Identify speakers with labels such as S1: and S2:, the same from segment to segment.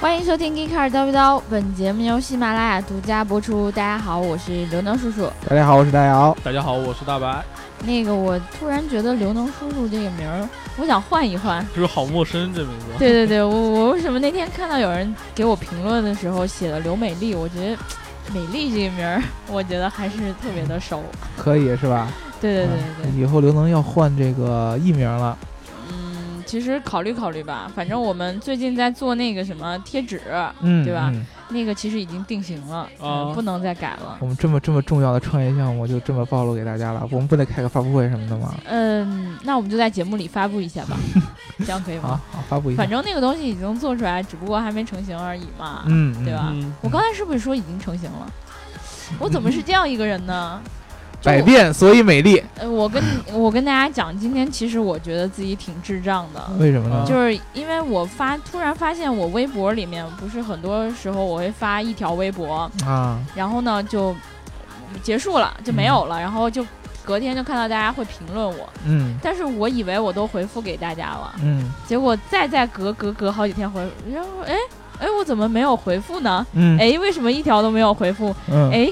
S1: 欢迎收听《g e e k a r 叨逼叨》，本节目由喜马拉雅独家播出。大家好，我是刘能叔叔。
S2: 大家好，我是大姚。
S3: 大家好，我是大白，
S1: 那个，我突然觉得刘能叔叔这个名儿，我想换一换。
S3: 就是好陌生这名字。
S1: 对对对，我我为什么那天看到有人给我评论的时候写了刘美丽，我觉得嘖美丽这个名儿，我觉得还是特别的熟。
S2: 可以是吧？
S1: 对对对对对，
S2: 嗯以后刘能要换这个艺名了。
S1: 嗯，其实考虑考虑吧，反正我们最近在做那个什么贴纸，
S2: 嗯
S1: 对吧
S2: 嗯
S1: 那个其实已经定型了，
S3: 啊
S1: 嗯不能再改了。
S2: 我们这么这么重要的创业项目就这么暴露给大家了，我们不得开个发布会什么的吗？
S1: 嗯，那我们就在节目里发布一 下吧，这样可以
S2: 好
S1: 吗？
S2: 啊好发布一下。
S1: 反正那个东西已经做出来，只不过还没成型而已嘛。
S2: 嗯，嗯
S1: 对吧
S3: 嗯，
S1: 我刚才是不是说已经成型了？我怎么是这样一个人呢？就
S2: 百变所以美丽，
S1: 呃，我跟我跟大家讲，今天其实我觉得自己挺智障的，
S2: 为什么呢
S3: 啊？
S1: 嗯就是因为我发突然发现我微博里面不是很多时候我会发一条微博，
S2: 啊，
S1: 然后呢就结束了就没有了，然后就隔天就看到大家会评论我，
S2: 嗯
S1: 但是我以为我都回复给大家了，
S2: 嗯
S1: 结果再再隔隔隔好几天回，然后哎哎我怎么没有回复呢？
S2: 嗯
S1: 哎为什么一条都没有回复？
S2: 嗯，
S1: 哎，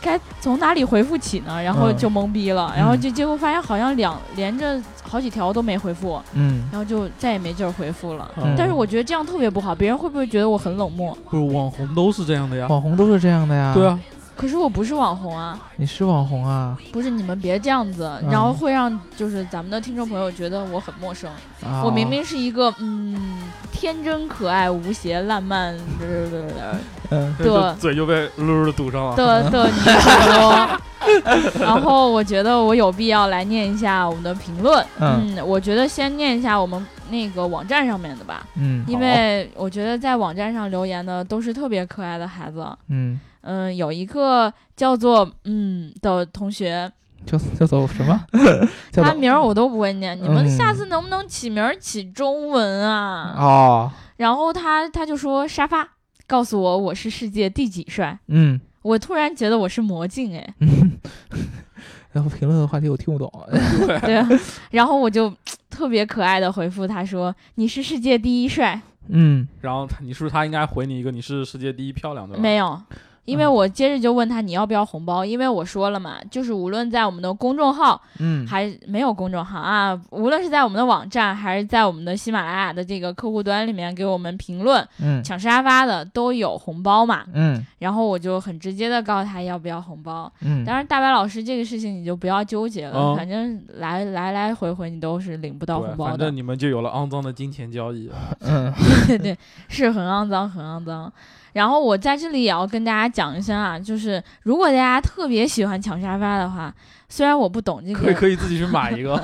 S1: 该从哪里回复起呢？然后
S2: 嗯
S1: 就懵逼了，然后
S2: 嗯
S1: 就结果发现好像两连着好几条都没回复，
S2: 嗯，
S1: 然后就再也没劲儿回复了。
S2: 嗯
S1: 但是我觉得这样特别不好，别人会不会觉得我很冷漠？
S3: 嗯不是网红都是这样的呀。
S2: 网红都是这样的呀。
S3: 对，啊，
S1: 可是我不是网红啊，
S2: 你是网红啊。
S1: 不是你们别这样子，
S2: 嗯
S1: 然后会让就是咱们的听众朋友觉得我很陌生。
S2: 啊
S1: 我明明是一个嗯天真可爱、无邪烂漫 的
S2: 嗯
S1: 对
S3: 这嘴就被噜噜堵 上了。
S1: 的的女主播，然后我觉得我有必要来念一下我们的评论。
S2: 嗯
S1: 嗯，我觉得先念一下我们那个网站上面的吧，
S2: 嗯
S1: 因为我觉得在网站上留言的都是特别可爱的孩子。
S2: 嗯，
S1: 嗯，有一个叫做嗯的同学，
S2: 叫叫做 什么？叫
S1: 他
S2: 做
S1: 名儿我都不会念，你们
S2: 嗯
S1: 下次能不能起名儿起中文啊？
S2: 哦，
S1: 然后他他就说沙发，告诉我我是世界第几帅。
S2: 嗯，
S1: 我突然觉得我是魔镜哎，
S2: 然后评论的话题我听不懂。
S1: 对啊，然后我就特别可爱的回复他说你是世界第一帅，
S2: 嗯。
S3: 然后他，你是不是他应该回你一个你是世界第一漂亮，对吧？
S1: 没有，因为
S2: 嗯
S1: 我接着就问他你要不要红包，因为我说了嘛，就是无论在我们的公众号
S2: 嗯，
S1: 还没有公众号啊，无论是在我们的网站还是在我们的喜马拉雅的这个客户端里面给我们评论
S2: 嗯
S1: 抢沙发的都有红包嘛，
S2: 嗯
S1: 然后我就很直接的告诉他要不要红包。
S2: 嗯，
S1: 当然，大白老师这个事情你就不要纠结了，
S3: 嗯
S1: 反正来来来回回你都是领不到红
S3: 对，
S1: 包
S3: 反
S1: 的
S3: 正，你们就有了肮脏的金钱交易。
S2: 嗯
S1: 对对，是很肮脏，很肮脏。然后我在这里也要跟大家讲一声啊，就是如果大家特别喜欢抢沙发的话，虽然我不懂这
S3: 可以
S1: 个，
S3: 可以自己去买 一个，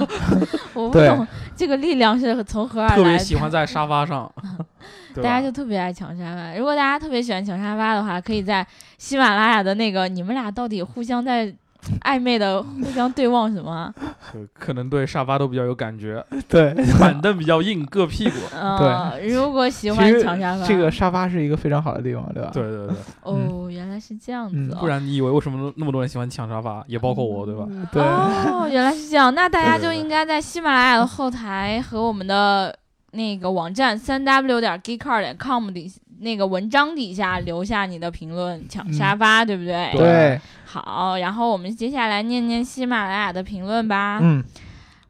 S1: 我不
S2: 对
S1: 懂这个力量是从何而来
S3: 特
S1: 的，
S3: 别喜欢在沙发上。 对
S1: 大家
S3: 吧
S1: 就特别爱抢沙发。如果大家特别喜欢抢沙发的话，可以在喜马拉雅的那个，你们俩到底互相在 暧昧的互相对望什么啊？
S3: 就可能对沙发都比较有感 觉，
S2: 对，
S3: 板凳比较硬，硌屁股。
S1: 呃，如果喜
S2: 其
S1: 欢
S2: 实
S1: 抢沙发，
S3: 嗯
S2: 这个沙发是一个非常好的地方，对吧？
S3: 对，对对，
S1: 哦，原来是这样子
S2: 嗯
S1: 哦，
S3: 不然你以为为什么那么多人喜欢抢沙发，也包括我，对吧？
S2: 对，
S1: 哦，原来是这样。那大家
S3: 对
S1: 就
S3: 对对
S1: 应该在喜马拉雅的后台和我们的那个网站三 w 点 geekcar 点 com 底那个文章底下留下你的评论，抢沙发，对不对？
S2: 对，
S1: 好，然后我们接下来念念喜马拉雅的评论吧。
S2: 嗯，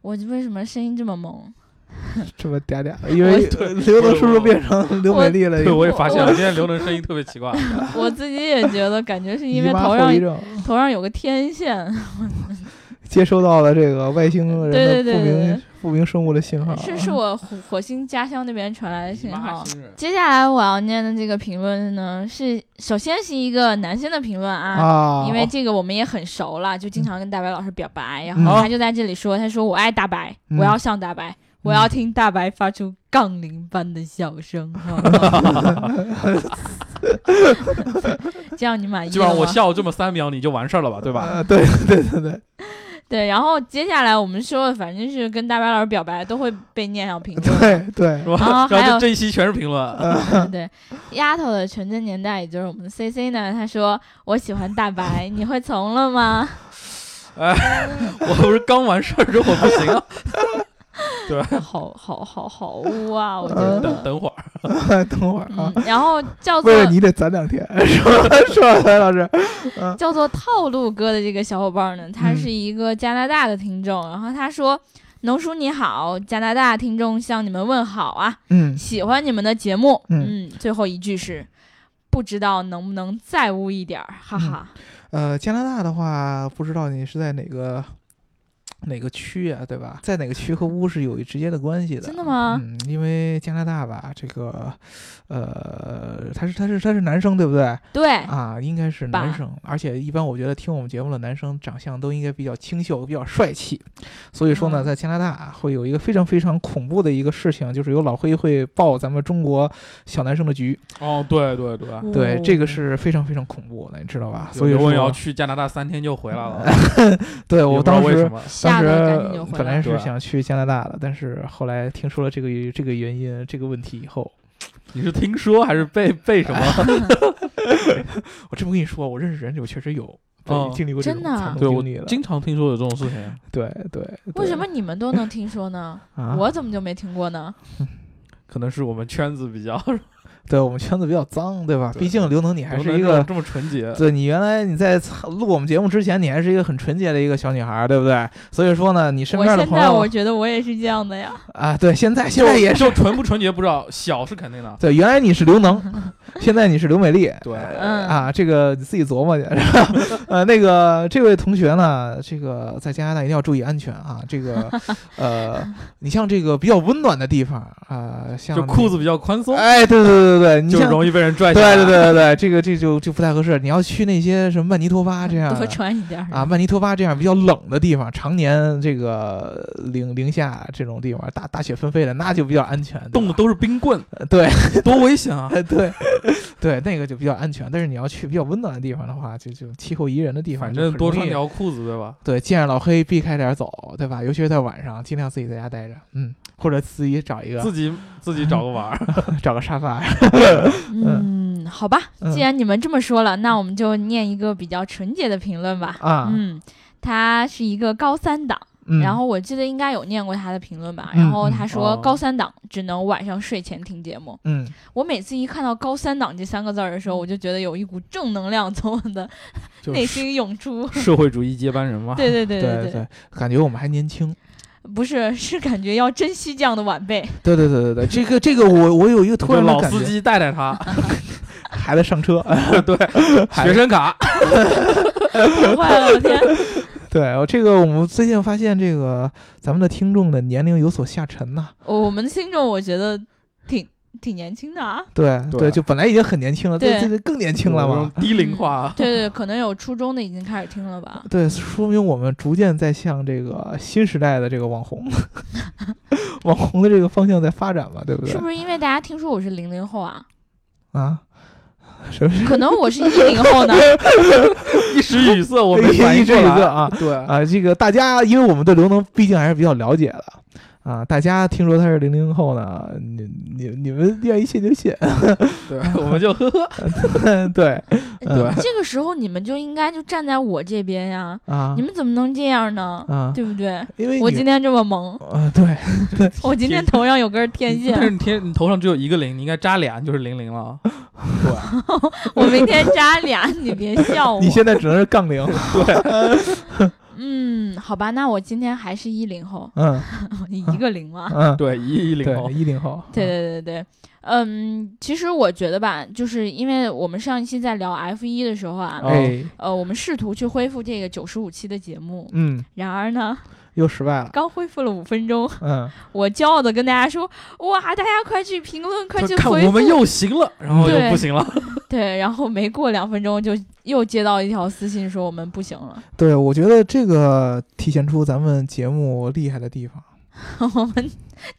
S1: 我为什么声音这么萌？
S2: 这么嗲嗲，因为 刘德叔叔变成刘美丽了，
S3: 对，我也发现 了，
S1: 我
S3: 今天刘能声音特别奇怪。
S1: 我自己也觉得，感觉是因为
S2: 姨妈
S1: 头
S2: 后
S1: 上
S2: 遗症
S1: 头上有个天线，
S2: 接收到了这个外星
S1: 对对
S2: 人的
S1: 对
S2: 不
S1: 对
S2: 明不明生物的信号，啊
S1: 是是我火火星家乡那边传来的
S3: 你
S1: 信
S3: 妈
S1: 号。
S3: 新人
S1: 接下来我要念的这个评论呢，是首先是一个男生的评论啊，
S2: 啊，
S1: 因为这个我们也很熟了，就经常跟大白老师表白，然
S2: 嗯
S1: 后他就在这里说，他说我爱大白，
S2: 嗯
S1: 我要上大白，我要听大白发出杠铃般的笑声， 这样你满意
S3: 基本
S1: 了
S3: 上我
S1: 吗？
S3: 笑这么三秒你就完事儿了吧，对吧？
S2: 啊，对对对对，
S1: 对，然后接下来我们说的反正是跟大白老师表白都会被念上评论。
S2: 对对
S3: 是，吧？
S1: 啊还
S3: 然后
S1: 有
S3: 这这一期全是评论，
S2: 嗯
S1: 对，丫头的纯真年代，也就是我们的 C C 呢，她说我喜欢大 白，你会从了吗？
S3: 我不是刚完事儿 之后不行啊，
S1: 好好好好污啊！我觉得
S2: 嗯
S3: 等等会儿，
S2: 等会儿啊，
S1: 嗯，然后叫做
S2: 为了你得攒两天， 说说谭老师，
S1: 叫做套路哥的这个小伙伴呢，他
S2: 嗯
S1: 是一个加拿大的听众，然后他说：“农叔你好，加拿大听众向你们问好啊，
S2: 嗯，
S1: 喜欢你们的节目。”
S2: 嗯
S1: 嗯，最后一句是不知道能不能再污一点儿，哈哈。
S2: 呃，加拿大的话，不知道你是在哪个哪个区啊，对吧？在哪个区和屋是有直接的关系的。
S1: 真的吗
S2: 嗯，因为加拿大吧，这个，呃，他是他是他是男生，对不对？
S1: 哎对，
S2: 啊，应该是
S1: 吧
S2: 男生，而且一般我觉得听我们节目的男生长相都应该比较清秀、比较帅气，所以说呢，
S1: 嗯
S2: 在加拿大啊会有一个非常非常恐怖的一个事情，就是有老黑会爆咱们中国小男生的局，
S3: 哦，对对对，
S2: 对，这 个
S1: 哦
S2: 是非常非常恐怖的，你知道吧？所
S3: 所
S2: 以
S3: 以我也要
S2: 说，
S3: 去加拿大三天就回来了。
S2: 对
S3: 也
S2: 我
S3: 不知道
S2: 当
S3: 为什
S2: 时。
S3: 么，
S1: 吓
S2: 当时
S1: 得赶紧就回
S2: 本来
S1: 来。
S2: 是
S3: 对
S2: 想去加拿大的，但是后来听说了这个这个原因、这个问题以后，
S3: 你是听说还是被 被什么？
S2: 我这么跟你说，我认识人里我确实有对
S3: 哦
S2: 经历过这
S1: 真
S2: 种
S1: 的
S2: 惨
S1: 啊
S3: 对
S2: 痛
S3: 我
S2: 经历的，
S3: 经常听说有这种事情，
S2: 对对。
S1: 为
S2: 对
S1: 什么你们都能听说呢？
S2: 啊？
S1: 我怎么就没听过呢？
S3: 可能是我们圈子比较
S2: 对我们圈子比较脏，对吧？
S3: 对
S2: 毕竟刘能你还
S3: 不
S2: 是
S3: 能
S2: 一
S3: 这么
S2: 个，
S3: 这么纯洁。
S2: 对你原来你在录我们节目之前，你还是一个很纯洁的一个小女孩，对不对？所以说呢，你身
S1: 我
S2: 边的
S1: 现
S2: 朋
S1: 在我
S2: 友
S1: 觉得我也是这样的呀。
S2: 啊，对，现在现在也是
S3: 就纯不纯洁不知道，小是肯定的。
S2: 对，原来你是刘能， 现在你是刘美丽。
S3: 对，
S1: 嗯
S2: 啊，这个你自己琢磨去。 是吧呃，那个这位同学呢，这个在加拿大一定要注意安全啊。这个，呃，你像这个比较温暖的地方啊、像
S3: 就
S2: 那
S3: 裤子比较宽松，
S2: 哎，对对对对对，你
S3: 就
S2: 像
S3: 容易被人拽下来。
S2: 对对对对 对，这个这就就不太合适。你要去那些什么曼尼托巴这样
S1: 多
S2: 的
S1: 穿一点儿
S2: 啊，，曼尼托巴这样比较冷的地方，常年这个零零下这种地方，大大雪纷飞的，那就比较安全，对
S3: 冻的
S2: 吧
S3: 都是冰棍，
S2: 对
S3: 多危险 啊！
S2: 对对，那个就比较安全。但是你要去比较温暖的地方的话，就就气候宜人的地方，
S3: 反
S2: 就
S3: 正
S2: 很
S3: 多
S2: 容
S3: 穿
S2: 易。
S3: 条裤子，对吧？
S2: 对，见着老黑避开点儿走，对吧？尤其是在晚上，尽量自己在家待着，嗯，或者自己找一个
S3: 自己自己找个玩儿，
S2: 找个沙发，
S1: 嗯，好吧，
S2: 嗯
S1: 既然你们这么说了，那我们就念一个比较纯洁的评论吧。
S2: 啊
S1: 嗯，他是一个高三党，
S2: 嗯
S1: 然后我记得应该有念过他的评论吧。
S2: 嗯
S1: 然后他说
S3: 嗯哦
S1: 高三党只能晚上睡前听节目。
S2: 嗯，
S1: 我每次一看到高三党这三个字儿的时候，我就觉得有一股正能量从我的
S3: 就
S1: 内
S3: 是
S1: 心涌出。
S3: 社会主义接班人嘛。
S1: 对对对
S2: 啊对
S1: 对，，
S2: 感觉我们还年轻。
S1: 不是，是感觉要珍惜这样的晚辈。
S2: 对对对对对，这个这个我我有一个突
S3: 就
S2: 然的
S3: 老
S2: 感
S3: 司
S2: 觉，
S3: 机带带他，
S2: 孩子上车，
S3: 对，
S2: 孩
S3: 学
S2: 子
S3: 生卡，
S1: 太坏了，我天！
S2: 对，我这个我们最近发现这个咱们的听众的年龄有所下沉呐、
S1: 我我们的听众我觉得挺挺年轻的啊。
S2: 对
S3: 对
S2: 就本来已经很年轻了，
S1: 对
S2: 这这更年轻了嘛。
S3: 低龄化，
S1: 对对，可能有初中的已经开始听了吧。
S2: 对，说明我们逐渐在向这个新时代的这个网 红， 网红的这个方向在发展嘛，对不对？
S1: 是不是因为大家听说我是零零后啊？
S2: 啊，是不是？
S1: 可能我是一零后
S2: 嗯
S1: 呢。嗯
S3: 一时语塞，我没反
S2: 一
S3: 应
S2: 直
S3: 过
S2: 一
S3: 来
S2: 个啊，
S3: 对，
S2: 啊，这个大家，因为我们对刘能毕竟还是比较了解的啊，大家听说他是零零后呢，你你你们愿意信就信，
S3: 对， 我们就呵呵，
S2: 对对
S1: 这个时候你们就应该就站在我这边呀，
S2: 啊
S1: 你们怎么能这样呢？
S2: 啊，
S1: 对不对？
S2: 因为
S1: 我
S2: 你
S1: 今天这么萌，
S2: 啊对
S1: 我今天头上有根天
S3: 但是
S1: 线，
S3: 你天你头上只有一个零，你应该扎俩，你就是零零 了。啊
S1: 我明天扎俩，你别
S3: 哦
S1: 笑我
S2: 你。现在只能是杠 铃，
S1: 嗯，好吧，那我今天还是一零后，
S2: 嗯
S1: 一个零嘛。
S2: 嗯，
S3: 对，一一零后哦
S2: 对，一零后，
S1: 对对对对，嗯，其实我觉得吧，就是因为我们上一期在聊 F 一的时候啊，
S3: 哦
S2: 哎
S1: 呃，我们试图去恢复这个九十五期的节目，
S2: 嗯，
S1: 然而呢，
S2: 又失败了，
S1: 刚恢复了五分钟，
S2: 嗯，
S1: 我骄傲的跟大家说，哇，大家快去评论，快去
S3: 看
S1: 回
S3: 我们
S1: 复。
S3: 又行了，然后
S1: 对
S3: 又不行了，
S1: 对，然后没过两分钟就又接到一条私信说我们不行了，
S2: 对，我觉得这个体现出咱们节目厉害的地方。
S1: 我们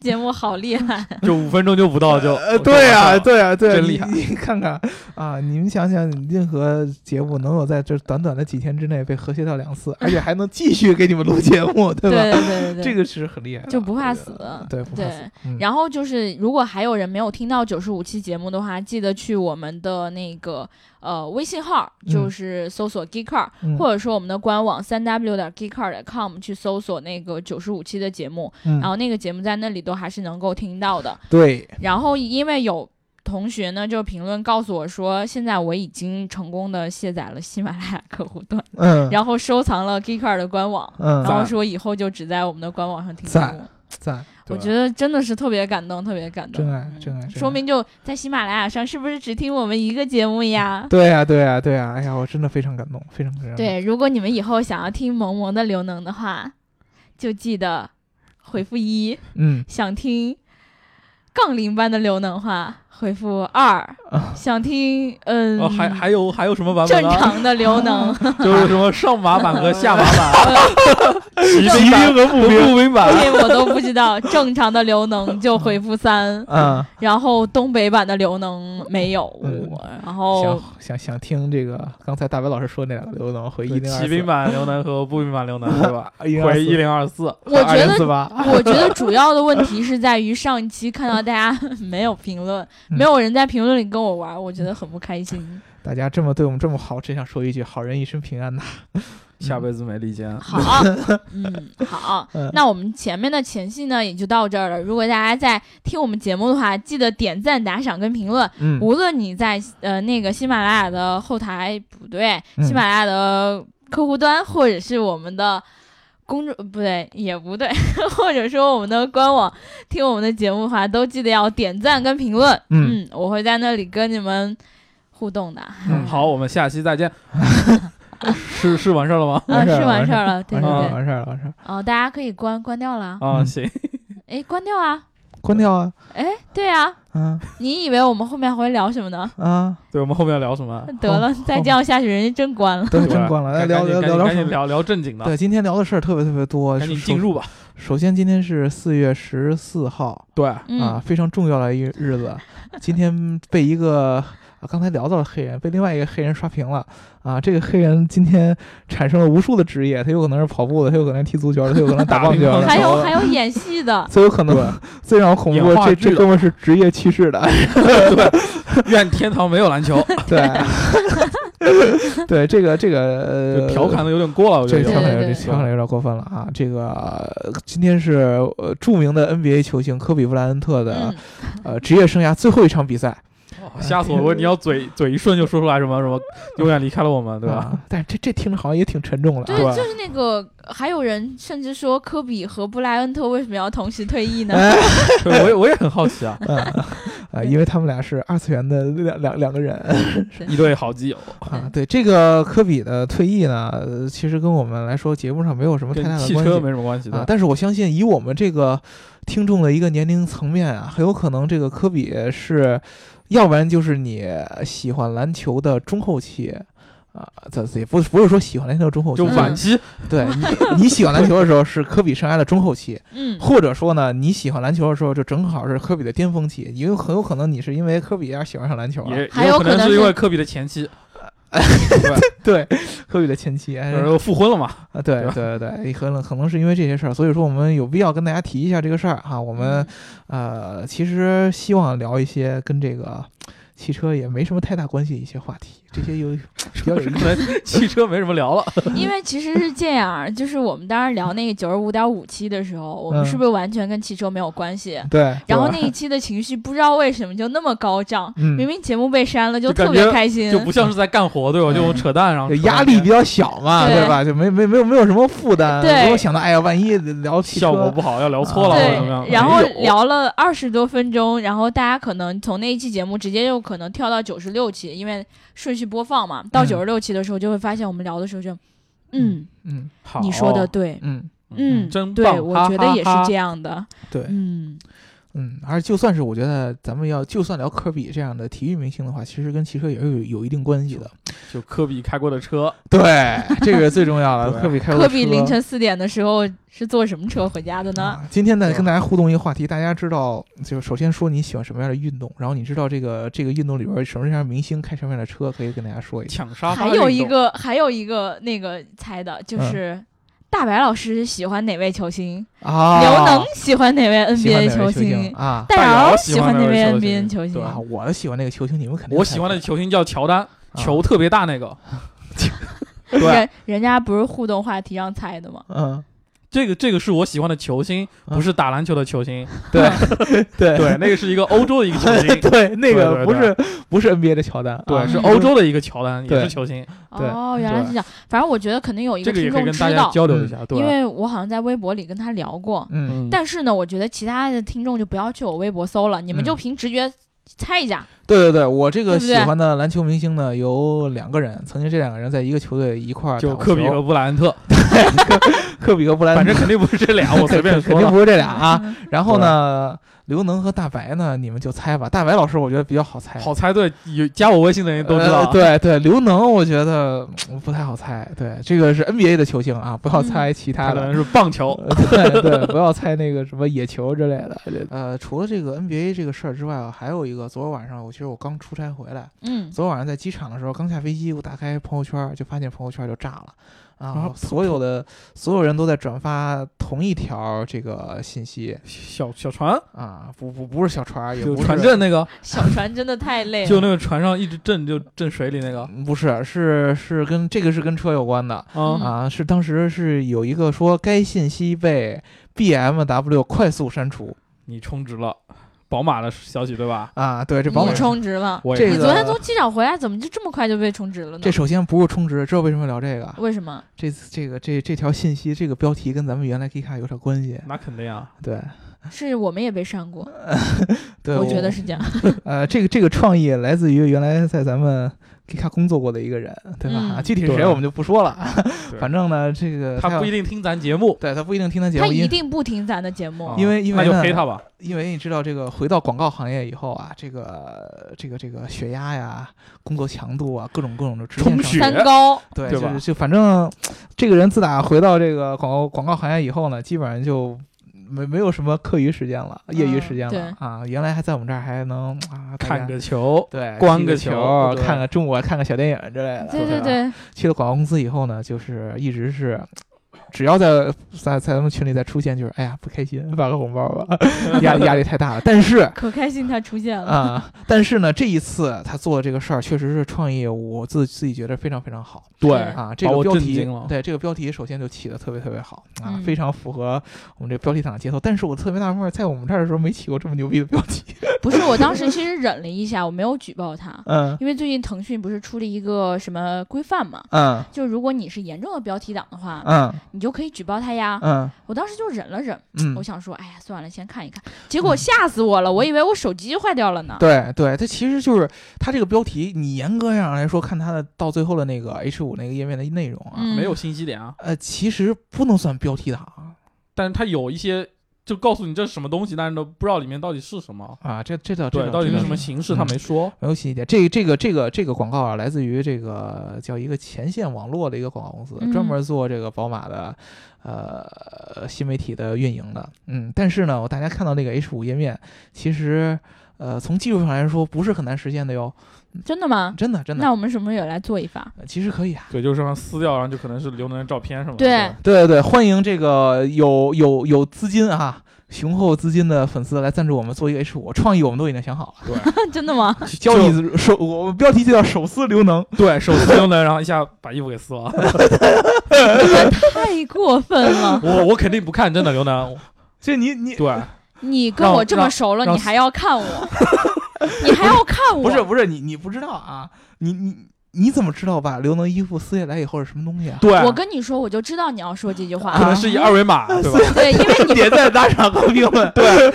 S1: 节目好厉害。
S3: 就五分钟就不到就
S2: 呃，对呀，
S3: 呀，
S2: 对呀，对啊，
S3: 真
S2: 你
S3: 厉害
S2: 你看看啊，你们想想，任何节目能有在这短短的几天之内被和谐到两次，而且还能继续给你们录节目，对
S1: 对
S2: 吧？
S1: 对对对，
S2: 这个是很厉害的，
S1: 就不怕
S2: 我觉
S1: 死
S2: 得。对，不怕死
S1: 对。
S2: 嗯
S1: 然后就是，如果还有人没有听到九十五期节目的话，记得去我们的那个呃微信号，就
S2: 嗯
S1: 是搜索 Geekcar，、
S2: 嗯
S1: 或者说我们的官网三 w 点 geekcar 点 com 去搜索那个九十五期的节目，
S2: 嗯
S1: 然后那个节目在那里都还是能够听到的。
S2: 对，
S1: 然后因为有同学呢就评论告诉我说，现在我已经成功的卸载了喜马拉雅客户端，
S2: 嗯，
S1: 然后收藏了 Geeker 的官网，然
S2: 嗯，
S1: 后说以后就只在我们的官网上听节
S2: 赞
S1: 目。
S2: 赞，
S1: 我
S3: 对
S1: 觉得真的是特别感动，特别感动
S2: 真，
S3: 嗯
S2: 爱真爱，真爱
S1: 说明就在喜马拉雅上是不是只听我们一个节目呀？
S2: 对呀、对呀、对呀、哎呀，我真的非常感动，非常非常感动。
S1: 对，如果你们以后想要听萌萌的刘能的话，就记得回复一；
S2: 嗯，
S1: 想听杠铃般的刘能话，回复二；
S2: 哦
S1: 想听嗯、
S3: 哦，还还有还有什么版
S1: 正
S3: 本呢？
S1: 常的刘 能，
S3: 就是什么上马版和下马版， 骑
S2: 骑
S3: 兵版
S2: 兵和步
S3: 和
S2: 兵，
S3: 步兵 版。
S1: 这我都不知道。正常的刘能就回复 三，
S2: 嗯，
S1: 然后东北版的刘能没有
S2: 嗯
S1: 我，然后
S2: 想想想听这个刚才大白老师说那两个刘能回一
S3: 对
S2: 零二
S3: 骑兵版刘能和步兵版 刘能，对吧？回一
S2: 一
S3: 零二四，
S1: 我觉得
S2: 四八，
S1: 我觉得主要的问题是在于上一期看到大家 没有评论，
S2: 嗯
S1: 没有人在评论里跟我玩，我觉得很不开 心。
S2: 大家这么对我们这么好，真想说一句好人一生平安呐。
S3: 下辈子没利剑。
S1: 好，嗯，好
S2: 嗯，
S1: 那我们前面的前戏呢也就到这儿了。如果大家在听我们节目的话，记得点赞、打赏跟评论。
S2: 嗯
S1: 无论你在呃那个喜马拉雅的后台不对，
S2: 嗯
S1: 喜马拉雅的客户端，或者是我们的公众不对也不对， 或者说我们的官网听我们的节目的话，都记得要点赞跟评论。
S2: 嗯
S1: 我会在那里跟你们互动的。
S2: 嗯
S3: 好，我们下 期再见。是是完事儿了吗？
S1: 啊，
S2: 完事儿
S1: 是完
S2: 了啊完
S1: 事
S2: 事
S1: 儿
S2: 儿
S1: 了，对
S2: 完
S1: 对
S2: 事
S1: 对
S2: 儿了，。完事儿了，完事儿了，
S1: 哦，大家可以关关掉了啊。
S3: 啊，
S2: 嗯
S3: 行。
S1: 哎，关掉啊！
S2: 关掉啊，
S1: 哎，对啊，
S2: 嗯
S1: 你以为我们后面会聊什么呢？
S2: 啊，
S3: 对，我们后面要聊 什么？
S1: 得了，再这样下去，人家真关了。
S2: 都
S3: 对吧
S2: 真关了，来
S3: 赶
S2: 聊
S3: 赶
S2: 聊
S3: 紧赶
S2: 聊
S3: 紧
S2: 聊
S3: 赶
S2: 什
S3: 紧
S2: 么？
S3: 聊聊正经的，
S2: 对，今天聊的事儿特别特别多。
S3: 赶紧
S2: 首
S3: 进。入吧。
S2: 首先，今天是四月十四号，
S3: 对，
S2: 啊
S1: 嗯，，
S2: 非常重要的一日子。今天被一个啊刚才聊到了黑人，被另外一个黑人刷屏了啊。这个黑人今天产生了无数的职业，他有可能是跑步的，他有可能是踢足球的，他有可能打
S3: 打
S2: 棒
S3: 乒
S2: 球的，
S3: 乓球
S1: 还有
S3: 了
S1: 还有演戏 的，
S2: 最有可能最让我恐怖
S3: 演
S2: 的，
S3: 话
S2: 这
S3: 剧
S2: 这
S3: 了
S2: 哥们儿是职业去世的，
S3: 愿天堂没有篮球，
S2: 对对，这个这个
S3: 就
S2: 呃
S3: 调侃的有点过了，我觉
S2: 这
S3: 得
S2: 个调
S3: 有点。
S2: 侃有
S1: 对对
S2: 这
S1: 对
S2: 调侃有点过分了啊！这个呃今天是呃著名的 NBA 球星科比布莱恩特的
S1: 嗯，
S2: 呃职业生涯最后一场比赛，
S3: 哦吓死我！我以为你 要嘴嘴一顺就说出来什么什么，永远离开了我们，对吧？
S2: 啊？但是这这听着好像也挺沉重了
S1: 对
S2: 啊。，
S1: 就是那个，还有人甚至说科比和布莱恩特为什么要同时退役呢？
S2: 哎，
S3: 对，我也我也很 好奇啊，
S2: 嗯啊，因为他们俩是二次元的两两两个人
S3: 一对好基友
S2: 啊。对这个科比的退役呢，呃其实跟我们来说节目上没有什么太
S3: 跟
S2: 大的
S3: 汽
S2: 关
S3: 车
S2: 系
S3: 没什么关系
S2: 啊
S3: 的。。
S2: 但是我相信，以我们这个听众的一个年龄层面啊，很有可能这个科比是，要不然就是你喜欢篮球的中后期。啊，这这也不不是说喜欢篮球的中后期，啊
S3: 就晚期，
S2: 对你你喜欢篮球的时候是科比生涯的中后期，
S1: 嗯，
S2: 或者说呢，你喜欢篮球的时候，就正好是科比的巅峰期，也有很有可能你是因为科比而喜欢上篮球了。
S3: 也
S1: 还
S3: 也
S1: 有
S3: 有
S1: 可
S3: 可
S1: 能
S3: 能
S1: 是
S3: 是因为科比的 前妻，
S2: 对，科比的前期，哎
S3: 然后复婚了嘛。
S2: 啊，对
S3: 对吧
S2: 对对，也可能可能是因为这些事儿，所以说我们有必要跟大家提一下这个事儿哈。我们
S1: 嗯
S2: 呃，其实希望聊一些跟这个汽车也没什么太大关系的一些话题，这 些有比较有意思。
S3: 汽车没什么聊了，
S1: 因为其实是这样，就是我们当时聊那个九十五点五期的时候，我们
S2: 嗯
S1: 是不是完全跟汽车没有关系？
S3: 嗯
S2: 对，
S1: 然后
S2: 对吧
S1: 那一期的情绪不知道为什么就那么高涨，
S2: 嗯
S1: 明明节目被删了，就
S3: 就感
S1: 特别
S3: 觉
S1: 开心，
S3: 就不像是在干活，对吧？就扯淡，然后
S2: 这嗯压力比较小嘛，
S1: 对
S2: 对吧？就没没没有没有什么负担，
S1: 对
S2: 没有想到哎呀，万一聊汽车
S3: 效果不好，要聊错了
S2: 啊
S3: 或者怎么样。哎
S1: 对，然后
S3: 没有
S1: 聊了二十多分钟，然后大家可能从那一期节目直接就可能跳到九十六期，因为顺序播放嘛。到
S2: 嗯
S1: 九十六期的时候，就会发现我们聊的时候就，嗯，
S2: 嗯
S3: 好哦
S1: 你说的对，
S2: 嗯，
S1: 嗯，
S3: 真
S1: 对，
S3: 棒
S1: 我
S3: 哈
S1: 觉得
S3: 哈
S1: 也是
S3: 哈
S1: 这样的，
S2: 对，
S1: 嗯，
S2: 嗯，而就算是我觉得咱们要就算聊科比这样的体育明星的话，其实跟汽车也是有有一定关系的。
S3: 就科比开过的车，
S2: 对，这个是最重要的。
S3: 对
S2: 科比开过
S1: 科比
S2: 车
S1: 凌晨四点的时候是坐什么车回家的呢？
S2: 啊，今天呢
S3: 对
S2: 跟大家互动一个话题，大家知道就首先说你喜欢什么样的运动，然后你知道这个这个运动里边什么样的明星开什么样的车，可以跟大家说一下。
S3: 抢沙发
S1: 还
S3: 运动。嗯
S1: 有一个，还有一个那个猜的就是。大白老师喜欢哪位球星？
S2: 啊，
S1: 刘能喜欢哪位
S2: 喜欢
S1: NBA
S2: 哪位球
S1: 星？
S2: 啊
S1: 戴
S3: 戴
S1: 瑶
S3: 瑶
S1: 喜
S3: 喜欢
S1: 欢哪
S3: 哪位
S1: 位
S3: 球
S1: NBA
S3: 星
S1: 球星
S3: 对？
S2: 啊！我喜欢那个球星，你们肯定
S3: 我喜欢的
S2: 的
S3: 球星叫乔丹，
S2: 嗯啊
S3: 球特 别大那个。
S1: 人
S3: 对，
S1: 人家不是互动话题让猜的吗？
S2: 嗯
S3: 这个这个是我喜欢的球星，
S2: 嗯
S3: 不是打篮球的球 星。
S2: 对对
S3: 对，那个是一个欧洲的一个球 星，
S2: 对，那个
S3: 对对对
S2: 不是不是 NBA 的乔丹，
S3: 对，
S2: 啊
S3: 是欧洲的一个乔丹，也
S2: 对
S3: 是球星。
S2: 对
S1: 哦，原来是这样。反正我觉得肯定有一
S3: 这
S1: 个
S3: 个也
S1: 听
S3: 可以
S1: 众
S3: 跟
S1: 知
S3: 大家
S1: 道，
S3: 交流一下，对啊
S1: 因
S3: 吧。
S1: 为我好像在微博里跟他聊过。
S2: 嗯，
S3: 嗯，
S1: 但是呢，我觉得其他的听众就不要去我微博搜了，你们
S2: 嗯
S1: 就凭直觉猜一下。
S2: 对对对，我这
S1: 对
S2: 个
S1: 不
S2: 喜
S1: 对
S2: 欢的篮球明星呢有两个人，曾经这两个人在一个球队一块儿打
S3: 就
S2: 过
S3: 科比
S2: 球
S3: 和布莱恩特，
S2: 科比和布莱恩特，
S3: 反正肯定不是这 俩，啊我随便
S2: 肯
S3: 说
S2: 定
S3: 了。
S2: 不是这俩 啊。然后呢，刘能和大白呢，你们就猜吧。大白老师我觉得比较好猜，
S3: 好猜对，有加我微信的人都知道啊
S2: 呃。对对，刘能我觉得嗯不太好猜。对，这个是 NBA 的球星啊，不要猜其
S3: 他
S2: 他
S3: 可
S2: 的。
S3: 能是棒球，
S2: 呃 对对，不要猜那个什么野球之类的。呃，除了这个 NBA 这个事儿之外啊，还有一个，昨天晚上我其实我刚出差回来，
S1: 嗯，
S2: 昨天晚上在机场的时候，刚下飞机，我打开朋友圈儿就发现朋友圈儿就炸了。啊
S3: 啊！
S2: 所有的所有人都在转发同一条这个信息
S3: 小小船，
S2: 啊，不不不是小船儿，也
S3: 就
S2: 不是嗯啊
S3: 船震那个，
S1: 小船真的太累了。
S3: 就那个船上一直震，就震水里那个
S2: 嗯不是，是是跟这个是跟车有关的
S1: 嗯
S3: 啊，
S2: 啊，是当时是有一个说该信息被 BMW 快速删除
S3: 你充值了，宝马的消息对吧？
S2: 啊，对，这宝马
S1: 你充值了。
S3: 我
S2: 这个
S3: 也
S1: 你昨天从机场回来，怎么就这么快就被充值了呢？
S2: 这首先不是充值，知道为什么聊这个？
S1: 为什么？
S2: 这这个这这条信息这个标题跟咱们原来 G 卡有点关系，
S3: 那肯定啊，
S2: 对
S1: 是我们也被删过，
S2: 对，
S1: 我觉得是这样。
S2: 呃，这个这个创意来自于原来在咱们 G 卡工作过的一个人，对吧？啊
S1: 嗯
S2: 具体是谁
S3: 对
S2: 我们就不说了，
S3: 对
S2: 反正呢，这个
S3: 他不一
S2: 定，
S3: 定听咱节目，
S2: 对他不一定听他节
S1: 他
S2: 目，因
S1: 一
S2: 为
S1: 定不听咱的节目
S3: 啊，
S2: 因为因为
S3: 那就
S2: 呢
S3: 黑他吧，
S2: 因为你知道这个回到广告行业以后啊，这个这个这个血压呀、工作强度啊，各种各种就直线
S3: 充
S2: 上
S3: 血
S2: 升。
S1: 三高。
S2: 对，
S3: 对
S2: 就
S3: 吧
S2: 是就反正这个人自打回到这个广告广告行业以后呢，基本上就。没没有什么课余时间了，业
S1: 嗯
S2: 余时间了、啊！原来还在我们这儿还能啊，大家
S3: 看个球，
S2: 对，
S3: 观
S2: 踢
S3: 个
S2: 个
S3: 球对
S2: 看个中午看个小电影之类的。
S1: 对对
S2: 吧
S1: 对，
S2: 去了广告公司以后呢，就是一直是，只要在在在咱们群里再出现，就是哎呀不开心，发个红包吧， 压力压力太大了。但是
S1: 可开心他出现了。
S2: 啊、但是呢，这一次他做的这个事儿确实是创意，我自自己觉得非常非常好
S3: 对
S1: 是，
S2: 啊。这
S3: 哎把
S2: 个
S3: 我
S2: 标
S3: 震
S2: 题
S3: 惊了
S2: 对这个标题首先就起的特别特别好啊，
S1: 嗯
S2: 非常符合我们这标题党的节奏。但是我特别纳闷儿，在我们这儿的时候没起过这么牛逼的标题。
S1: 不是，我 当时其实忍了一下，我没有举报他，
S2: 嗯
S1: 因为最近腾讯不是出了一个什么规范嘛，
S2: 嗯
S1: 就如果你是严重的标题党的话，
S2: 嗯
S1: 你就可以举报他呀。
S2: 嗯
S1: 我当时就忍了忍，
S2: 嗯
S1: 我，想说，哎呀，算了，先看一看。结果吓死我了，我以为我手机坏掉了呢。
S2: 对对，它其实就是它这个标题，你严格上来说，看它的到最后的那个 H 五那个页面的内容啊，
S1: 嗯
S3: 没有信息点啊，
S2: 呃，其实不能算标题啊党
S3: 但是他有一些就告诉你这是什么东西，但是都不知道里面到底是什么，
S2: 啊，这这倒这
S3: 对，
S2: 倒
S3: 到底
S2: 这
S3: 是
S2: 倒
S3: 什么
S1: 嗯
S3: 形式他没说，
S2: 没有信息点。这这个这个这个广告啊，来自于这个叫一个前线网络的一个广告公司，专
S1: 嗯
S2: 门做这个宝马的呃新媒体的运营的。嗯，但是呢，我大家看到那个 H 五页面，其实呃从技术上来说不是很难实现的哟，
S1: 真的吗？
S2: 真的真的
S1: 那，我们什么时候也来做一 发？
S2: 呃其实可以啊。
S3: 对，就是让它撕掉，然后就可能是刘能的照片什么的，
S1: 对
S3: 吧
S2: 对对对，欢迎这个有有有资金啊，雄厚资金的粉丝来赞助我们做一个 H 五创意，我们都已经想好了，
S1: 真的 吗？
S2: 交易手我们标题就叫手撕刘能，
S3: 对手撕刘能，然后一下把衣服给撕了，
S1: 太过分了！
S3: 我我肯定不看，真的刘能，
S2: 这你你
S3: 对，
S1: 你跟我这么熟了，
S3: 让
S1: 你还要看 我？你还要看我？
S2: 不是不是你你不知道啊，你你你怎么知道把刘能衣服撕下来以后是什么东西啊？
S3: 对，
S1: 我跟你说，我就知道你要说这句话。啊
S3: 可能是以二维码，对 吧？
S1: 对，因为
S2: 点赞打赏和评论，对，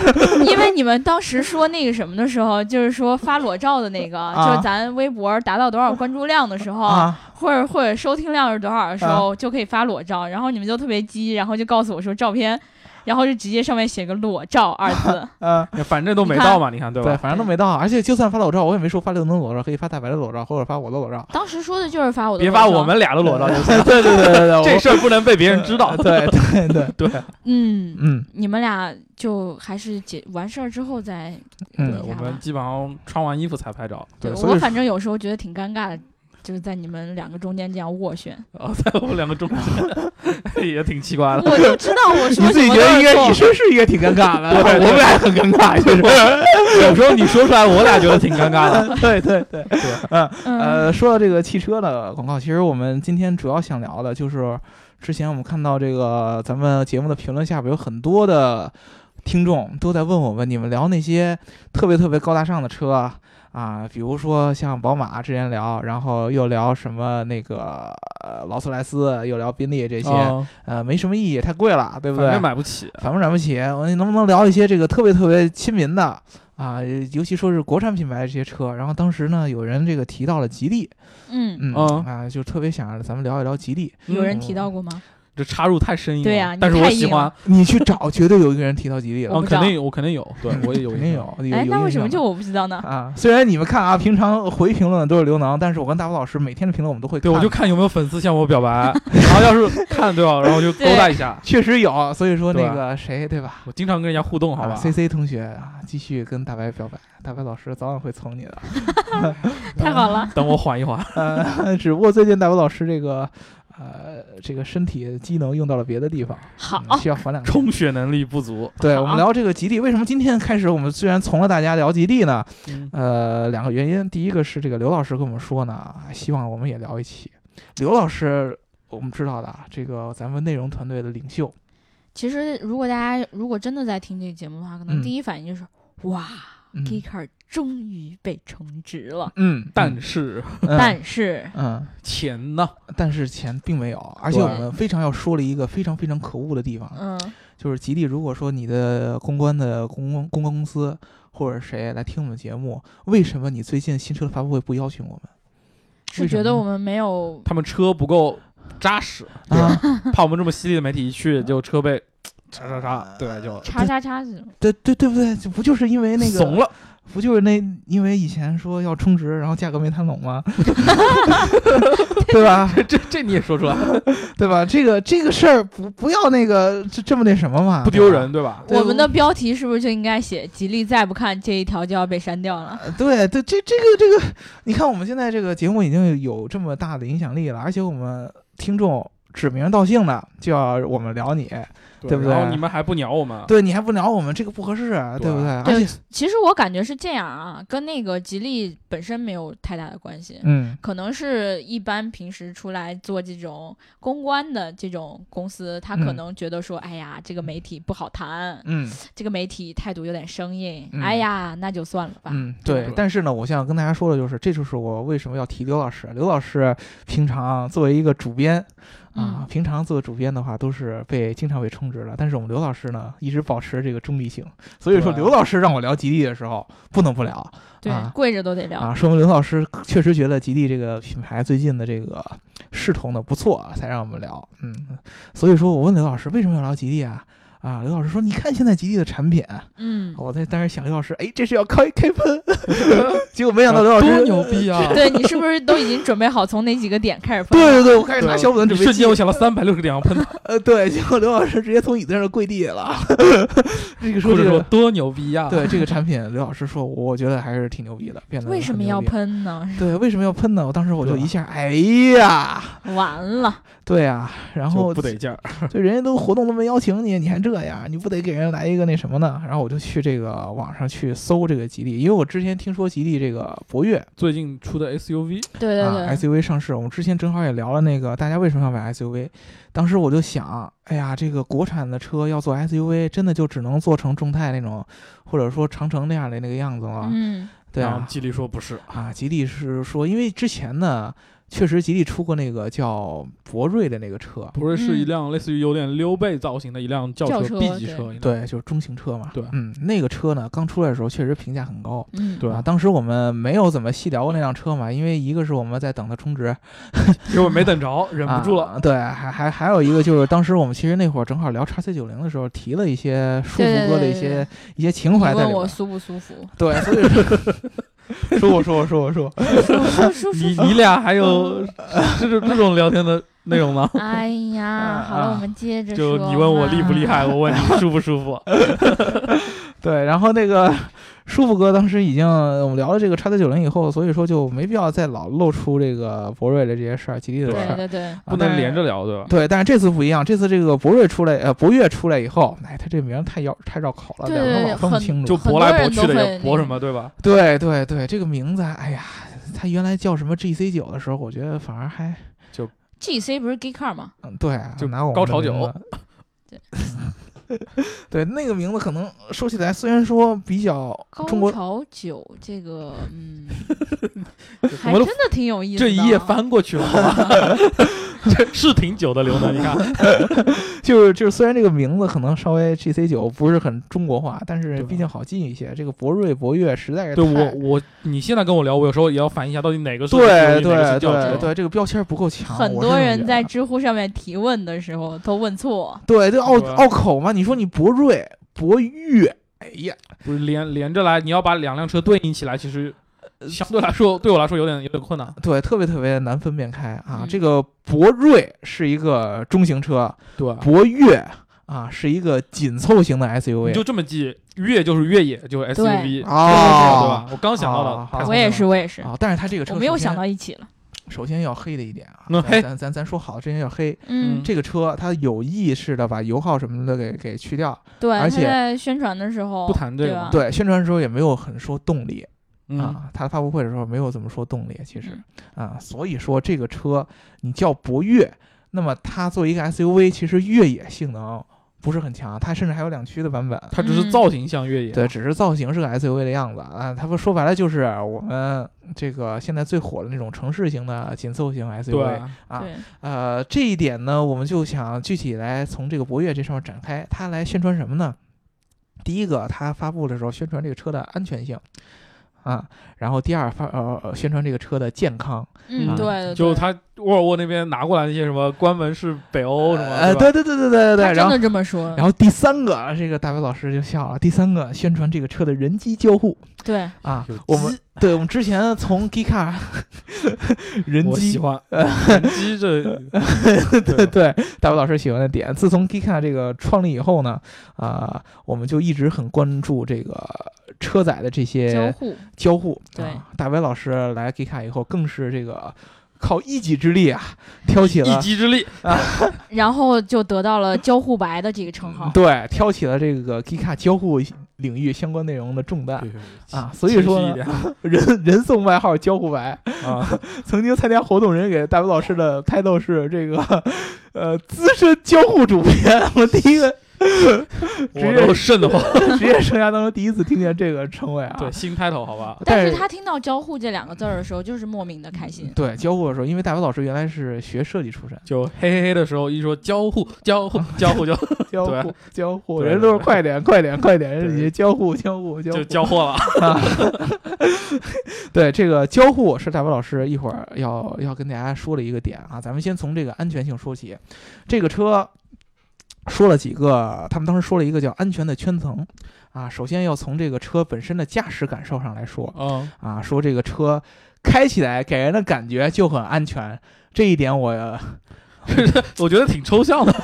S1: 因为你们当时说那个什么的时候，就是说发裸照的那个，
S2: 啊
S1: 就是咱微博达到多少关注量的时候，
S2: 啊，
S1: 或者或者收听量是多少的时候，就可以发裸照。然后你们就特别鸡，然后就告诉我说照片，然后就直接上面写个“裸照”二 字。
S2: 嗯。
S3: 反正都没到嘛，你看对
S2: 对，
S3: 吧？
S2: 反正都没到，而且就算发裸照，我也没说发刘能裸照，可以发大白的裸照，或者发我的裸照。
S1: 当时说的就是发我的
S3: 别
S1: 裸照，
S3: 把我们俩的裸照就行，
S2: 对对对对对，我
S3: 这事儿不能被别人知道。
S2: 对对对，
S3: 对，
S1: 嗯，
S2: 嗯
S1: 你们俩就还是解完事儿之后再
S2: 嗯
S1: 对，
S3: 我们基本上穿完衣服才拍照
S2: 对所以
S1: 我
S2: 说
S1: 反正有时候觉得挺尴尬的，就是在你们两个中间这样斡 旋，
S3: 啊，在我们两个中间 也挺奇怪的。
S1: 我就知道我说
S2: 啊 你
S1: 什
S2: 自己
S1: 么
S2: 觉
S1: 都
S2: 得
S1: 是
S2: 应该，
S1: 错
S2: 你是不是应该挺尴尬的？
S3: 对
S2: 我们俩很尴尬，就是。
S3: 有时候你说出来，我俩觉得挺尴尬的。
S2: 对对对，
S1: 嗯
S2: 呃，说到这个汽车的广告，其实我们今天主要想聊的就是之前我们看到这个咱们节目的评论下边有很多的听众都在问我们，你们聊那些特别特别高大上的车啊啊，比如说像宝马之前聊，然后又聊什么那个呃劳斯莱斯，又聊宾利这些，
S3: 啊
S2: 呃，没什么意义，太贵了，对不
S3: 反
S2: 对
S3: 正？买不起。
S2: 反正买不起，我能不能聊一些这个特别特别亲民的啊？尤其说是国产品牌的这些车。然后当时呢，有人这个提到了吉利，
S1: 嗯，
S2: 嗯
S3: 嗯
S2: 啊，就特别想让咱们聊一聊吉利。
S1: 有人提到过吗？
S3: 这插入太深意了，
S1: 对呀你
S3: 但是我
S1: 太
S3: 喜
S1: 硬
S3: 欢
S1: 了，
S2: 你去找，绝对有一个人提到吉利了，
S1: 我
S3: 嗯，
S1: 不知道
S3: 肯定我肯定有， 对我也有，
S2: 肯定。有。有
S1: 哎，
S2: 有
S1: 那为
S2: 印
S1: 什么
S2: 象
S1: 就
S2: 的
S1: 我不知道 呢？
S2: 啊？虽然你们看啊，平常回评论的都是刘能，但是我跟大波老师每天的评论我们都会
S3: 对，
S2: 看，
S3: 我就看有没有粉丝向 我表白，然后要是看对吧，然后我就勾搭一下。
S2: 确实有。所以说
S3: 对
S2: 那
S3: 吧
S2: 个谁，对吧？
S3: 我经常跟人家互动，好吧？
S2: c C 同学啊，继续跟大白表白，大白老师早晚会宠你的。
S1: 太好了，
S3: 等我缓一缓。
S2: 呃，只不过最近大伟老师这个呃这个身体机能用到了别的地方，
S1: 好，
S2: 嗯需要缓两天。
S3: 充血能力不足。
S2: 对我
S1: 好
S2: 们聊这个吉利，为什么今天开始我们虽然从了大家聊吉利呢？
S3: 嗯，
S2: 呃，两个原因，第一个是这个刘老师跟我们说呢，希望我们也聊一期。刘老师，我们知道的啊，这个咱们内容团队的领袖，
S1: 其实如果大家如果真的在听这个节目的话，可能
S2: 嗯
S1: 第一反应就是、哇
S2: 嗯
S1: g e e k e r 终于被充值了。
S2: 嗯，
S3: 但是
S2: 嗯
S1: 但是，
S2: 嗯，
S3: 钱呢？
S2: 但是钱并没有，而且
S3: 对
S2: 我们非常要说了一个非常非常可恶的地方，
S1: 嗯，
S2: 就是吉利，如果说你的公关的公关公关公司或者谁来听我们节目，为什么你最近新车的发布会不邀请我
S1: 是
S2: 为什
S1: 觉得
S2: 么呢
S1: 我们没有
S3: 他们车不够扎实，
S2: 们？啊，
S3: 怕我们这么犀利的媒体一去就 车被叉叉叉，对吧？就
S1: 叉叉叉子，
S2: 哦对对对不对？这不就是因为那
S3: 怂
S2: 个，
S3: 了。
S2: 不就是那因为以前说要充值，然后价格没谈拢吗？ 对吧？
S3: 这这你也说 出来，
S2: 对吧？这个这个事儿不不要那个这这么那什么嘛，
S3: 不丢人，对吧？
S2: 对
S1: 我们的标题是不是就应该写“吉利再不看这一条就要被删掉了
S2: 呃对对，这这个这个，你看我们现在这个节目已经有这么大的影响力了，而且我们听众指名道姓的就要我们聊你，对不对
S3: 然后你们还不鸟我们，
S2: 对你还不聊我们这个不合适啊，
S3: 对
S2: 对不对？
S1: 对
S2: 而且，”？
S1: 其实我感觉是这样啊，跟那个吉利本身没有太大的关系。
S2: 嗯
S1: 可能是一般平时出来做这种公关的这种公司，他可
S2: 嗯
S1: 能觉得说，哎呀，这个媒体不好谈，
S2: 嗯
S1: 这个媒体态度有点生硬，
S2: 嗯
S1: 哎呀，那就算了吧。
S2: 嗯，
S3: 对
S2: 对。但是呢，我想跟大家说的就是，这就是我为什么要提刘老师。刘老师平常作为一个主编啊
S1: 嗯，
S2: 平常做主编的话都是被经常被充值了，但是我们刘老师呢，一直保持这个中立性。所以说，
S3: 对
S2: 刘老师让我聊吉利的时候，不能不聊。
S1: 对，
S2: 啊
S1: 跪着都得聊。
S2: 啊，说明刘老师确实觉得吉利这个品牌最近的这个势头呢不错，才让我们聊。嗯，所以说我问刘老师为什么要聊吉利啊？啊，刘老师说，你看现在吉利的产品，
S1: 嗯，
S2: 我在当时想，刘老师，哎，哦这是要开开 喷，结果没想到刘老师
S3: 多牛逼啊！
S1: 对你是不是都已经准备好从哪几个点开始喷？
S2: 对对对，我开始
S3: 对
S2: 拿小本
S3: 你
S2: 准备
S3: 瞬
S2: 记
S3: 间，我想到三百六十个点要喷他，
S2: 呃，对，结果刘老师直接从椅子上跪地了。 这个说
S3: 或
S2: 这
S3: 者说
S2: 个，
S3: 多牛逼啊呀！
S2: 对这个产品，刘老师说，我觉得还是挺牛逼的，变得
S1: 为什
S2: 很
S1: 么
S2: 牛
S1: 要
S2: 逼？
S1: 喷呢？
S2: 对，为什么要喷呢？我当时我就
S3: 对啊
S2: 一下，哎呀，
S1: 完了，
S2: 对呀，然后
S3: 就不得劲儿，
S2: 对，人家都活动都没邀请你，你还这样，你不得给人来一个那什么呢？然后我就去这个网上去搜这个吉利，因为我之前听说吉利这个博越
S3: 最近出的 SUV，
S1: 对对对，
S2: 啊 SUV 上市，我们之前正好也聊了那个大家为什么要买 SUV，当时我就想，哎呀，这个国产的车要做 SUV，真的就只能做成众泰那种，或者说长城那样的那个样子了，
S1: 嗯，
S2: 对
S3: 然后
S2: 啊，
S3: 吉利说不是，
S2: 啊，吉利是说，因为之前呢，确实吉利出过那个叫博瑞的那个车，
S3: 不是是一
S1: 嗯
S3: 辆类似于有点溜背造型的一辆轿
S1: 轿
S3: 车
S1: 车
S3: B 级
S1: 对
S3: 车，应该，
S2: 对，就是中型车嘛。
S3: 对
S2: 嗯，那个车呢，刚出来的时候确实评价很高。
S1: 嗯，
S3: 对
S2: 啊，当时我们没有怎么细聊过那辆车嘛，因为一个是我们在等它充值，
S3: 结果没等着，忍不住了。
S2: 啊对，还还还有一个就是当时我们其实那会儿正好聊叉 C 九零的时候，提了一些舒
S1: 对对
S2: 服哥的
S1: 对
S2: 一
S1: 对
S2: 些一些情
S1: 你
S2: 怀在
S1: 问
S2: 里
S1: 我
S2: 边。
S1: 舒不舒 服？
S2: 对，所以说 说我说我说我说，
S1: 舒舒
S3: 你
S1: 舒
S3: 你俩还有
S1: 嗯
S3: 这种这种聊天的内容吗？
S1: 哎呀，好了，我们接着
S3: 啊就
S1: 说
S3: 你问我厉不厉
S1: 嘛？
S3: 害，我问你舒不 舒服。
S2: 对，然后那个舒服哥当时已经我们聊了这个叉 C 九零以后，所以说就没必要再老露出这个博瑞的这些事儿，吉利的事
S1: 对
S2: 儿，
S1: 对对，
S2: 啊
S3: 不能
S2: 但是
S3: 连着聊，对吧？
S2: 对，但是这次不一样，这次这个博瑞出来，呃，博越出来以后，哎，他这名儿太绕太绕口了，
S1: 对
S2: 两个
S1: 对
S2: 老
S1: 对
S2: 分不
S1: 很
S2: 清
S3: 就
S2: 楚。
S3: 博来博
S1: 嗯
S3: 去
S1: 很多
S3: 的，
S1: 人
S3: 也
S1: 都会
S3: 博什么，对吧？
S2: 对对对，这个名字，哎呀，他原来叫什么 GC 九的时候，我觉得反而还
S1: GC 不是 Geek Car 吗？
S2: 嗯，对，
S3: 就
S2: 拿我们
S3: 高
S2: 的
S3: 潮
S2: 名
S3: 酒
S2: 字。对，那个名字可能说起来，虽然说比较
S1: 高
S2: 中国
S1: 潮酒这个， 嗯，
S3: 我
S1: 还
S3: 们
S1: 真
S3: 都
S1: 的挺有意思
S3: 这
S1: 的。啊哦
S3: 一页，翻过去了，好吧 这是挺久的，刘能， 你看，
S2: 就是就是，虽然这个名字可能稍微 GC 九不是很中国化，但是
S3: 对
S2: 毕竟好记一些。这个博瑞、博越实在是
S3: 对我
S2: 太
S3: 我你现在跟我聊，我有时候也要反映一下，到底哪个是
S2: 对
S3: 哪个是
S2: 对
S3: 教
S2: 对
S3: 主
S2: 对，这个标签不够强。
S1: 很
S2: 我是
S1: 多
S2: 这么觉
S1: 人
S2: 得
S1: 在知乎上面提问的时候都问错，
S2: 对这拗
S3: 对
S2: 拗口嘛，你说你博瑞、博越，哎呀，
S3: 不是连连着来，你要把两辆车对应起来，其实
S1: 呃
S3: 相对来说对我来说有点有点困难。
S2: 对，特别特别难分辨开啊。
S1: 嗯啊
S2: 这个博瑞是一个中型车，
S3: 对
S2: 博越啊是一个紧凑型的
S3: 你
S2: SUV。
S3: 就这么记，越就是越野，就是
S1: 对
S3: SUV，
S2: 哦
S3: 对吧？我刚想到
S2: 好
S3: 的
S2: 好
S3: 太聪明了，
S1: 我也是，我也是，
S2: 啊，但是它这个车
S1: 我没有
S2: 首先
S1: 想，到一起了。
S2: 首先要黑的一点啊，
S3: 嗯
S2: 咱
S3: 嘿
S2: 咱咱咱说好，之前要黑。
S1: 嗯，
S2: 这个车它有意识的把油耗什么的给给去掉，
S1: 对，他
S2: 而且
S1: 在宣传的时候
S3: 不谈这
S1: 对
S3: 个
S1: 吧
S3: 嘛？
S2: 对，宣传的时候也没有很说动力
S3: 嗯，
S2: 啊，它发布会的时候没有怎么说动力，其实
S1: 嗯
S2: 啊，所以说这个车你叫博越，那么它作为一个 SUV，其实越野性能不是很强，它甚至还有两驱的版本。
S3: 它只是造型像越野，
S2: 对，只是造型是个 SUV 的样子啊，它不说白了就是我们这个现在最火的那种城市型的紧凑型 SUV。
S3: 对，
S2: 啊
S1: 对，
S2: 呃，这一点呢，我们就想具体来从这个博越这上面展开，它来宣传什么呢？第一个，它发布的时候宣传这个车的安全性啊，然后第二发呃呃宣传这个车的健康，
S1: 嗯，
S2: 啊
S1: 对对，对
S3: 就它沃尔沃那边拿过来那些什么关门是北欧什么，
S2: 呃，
S3: 哦对
S2: 对
S3: 吧
S2: 对对对
S1: 他
S2: 对对对，然
S1: 真
S2: 后
S1: 的这么说，
S2: 然后第三个，这个大伟老师就笑了，第三个宣传这个车的人机交互
S1: 对，
S2: 啊
S3: 有，
S2: 我们对我们之前从 g e k a 人
S3: 我
S2: 机
S3: 喜欢人机这，
S2: 对
S3: 对吧
S2: 对，大伟老师喜欢的点。自从 Gika 这个创立以后呢，啊、我们就一直很关注这个车载的这
S1: 交
S2: 些
S1: 互，
S2: 交互。
S1: 对
S2: 啊大伟老师来 Gika 以后，更是这个靠一己之力啊，挑起
S3: 一
S2: 了
S3: 己之力，
S1: 然后就得到了交互白的这个称号。
S2: 对挑起了这个 Gika 交互领域相关内容的重担。啊所以
S3: 谦虚
S2: 说呢
S3: 一点
S2: 人人送外号“交互白
S3: 啊，”，
S2: 曾经参加活动人给大伟老师的 title 是这个，呃，资深交互主编。我第一 个职
S3: 我
S2: 业
S3: 都瘆 得慌。
S2: 职业生涯当中第一次听见这个称谓啊。
S3: 对，新 title 好吧，，
S1: 但
S2: 是
S1: 是他听到“交互”这两个字儿的时候，就是莫名的开心。
S2: 嗯对交互的时候，因为大伟老师原来是学设计出身
S3: 就嘿嘿嘿的时候一说交互 交互交互就
S2: 交互交互，
S3: 对
S2: 人都是快点快点快点，
S3: 对
S2: 人家交互交互交
S3: 就
S2: 互
S3: 交货了。
S2: 啊。 对这个交互是大伟老师一会儿要要跟大家说的一个点啊，咱们先从这个安全性说起。这个车说了几个，他们当时说了一个叫安全的圈层啊，首先要从这个车本身的驾驶感受上来说，
S3: 嗯，
S2: 啊，说这个车开起来给人的感觉就很安全，这一点我呃
S3: 我觉得挺抽象的。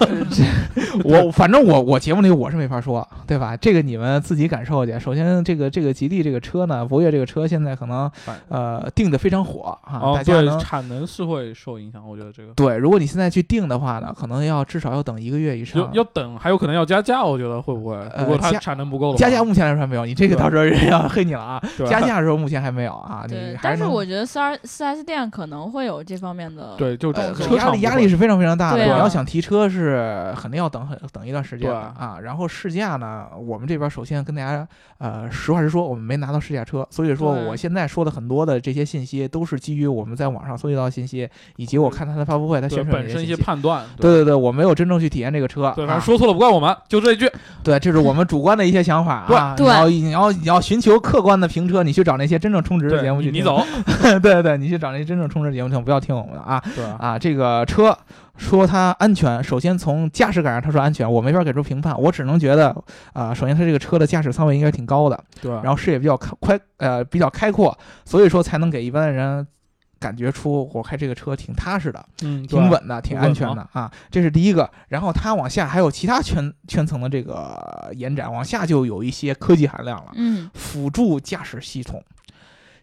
S2: 我反正我我节目里我是没法说，对吧？这个你们自己感受去。首先，这个这个吉利这个车呢，博越这个车现在可能
S3: 反
S2: 呃定的非常火啊，
S3: 哦
S2: 大，家
S3: 对，
S2: 能。
S3: 产能是会受影响，我觉得这个
S2: 对，如果你现在去定的话呢，可能要至少要等一个月以上
S3: 要。要等，还有可能要加价，我觉得会不会？
S2: 啊呃
S3: 如果它
S2: 加
S3: 产能不够的话，
S2: 加价目前来说还没有，你这个
S3: 对
S2: 到时候人要黑你了啊！
S3: 对
S2: 加价的时候目前还没有啊，你
S1: 对，
S2: 还
S1: 但是
S2: 能
S1: 我觉得四二四 S 店可能会有这方面的。
S3: 对，就
S2: 呃
S3: 车
S2: 压
S3: 厂
S2: 力压力
S3: 是
S2: 是非常非常大的。
S1: 对啊
S2: 你要想提车是肯定要等很等一段时间的
S3: 对啊
S2: 啊。然后试驾呢，我们这边首先跟大家呃实话实说，我们没拿到试驾车，所以说
S1: 对
S2: 我现在说的很多的这些信息都是基于我们在网上搜集到的信息，以及我看他的发布会他宣
S3: 对
S2: 传的
S3: 本身
S2: 信
S3: 一
S2: 息
S3: 些。判断。
S2: 对啊对对，我没有真正去体验这个车，
S3: 对，
S2: 啊
S3: 反正说错了不怪我们，就这一句。
S2: 对，这是我们主观的一些想法啊。
S1: 对
S2: 你
S1: 对
S2: 要你要你要寻求客观的评车，你去找那些真正充值的节
S3: 对，
S2: 目去
S3: 你你
S2: 听。
S3: 走。
S2: 对 对对，你去找那些真正充值节目听，不要听我们的啊。
S3: 对啊，
S2: 啊，这个车说它安全，首先从驾驶感上，他说安全，我没法给出评判，我只能觉得啊、首先它这个车的驾驶舱位应该挺高的，
S3: 对啊，
S2: 然后视野比较开宽，呃，比较开阔，所以说才能给一般的人感觉出我开这个车挺踏实的，
S3: 嗯，对啊
S2: 挺。稳的，挺安全
S3: 稳
S2: 的啊，这是第一个。然后它往下还有其他圈圈层的这个延展，往下就有一些科技含量了，
S1: 嗯，
S2: 辅助驾驶系统、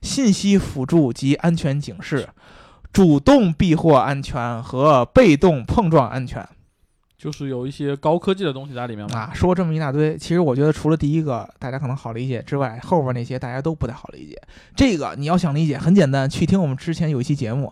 S2: 信息辅助及安全警示、主动避祸安全和被动碰撞安全
S3: 就是有一些高科技的东西在里面嘛。
S2: 啊，说这么一大堆，其实我觉得除了第一个大家可能好理解之外，后边那些大家都不太好理解。这个你要想理解，很简单，去听我们之前有一期节目。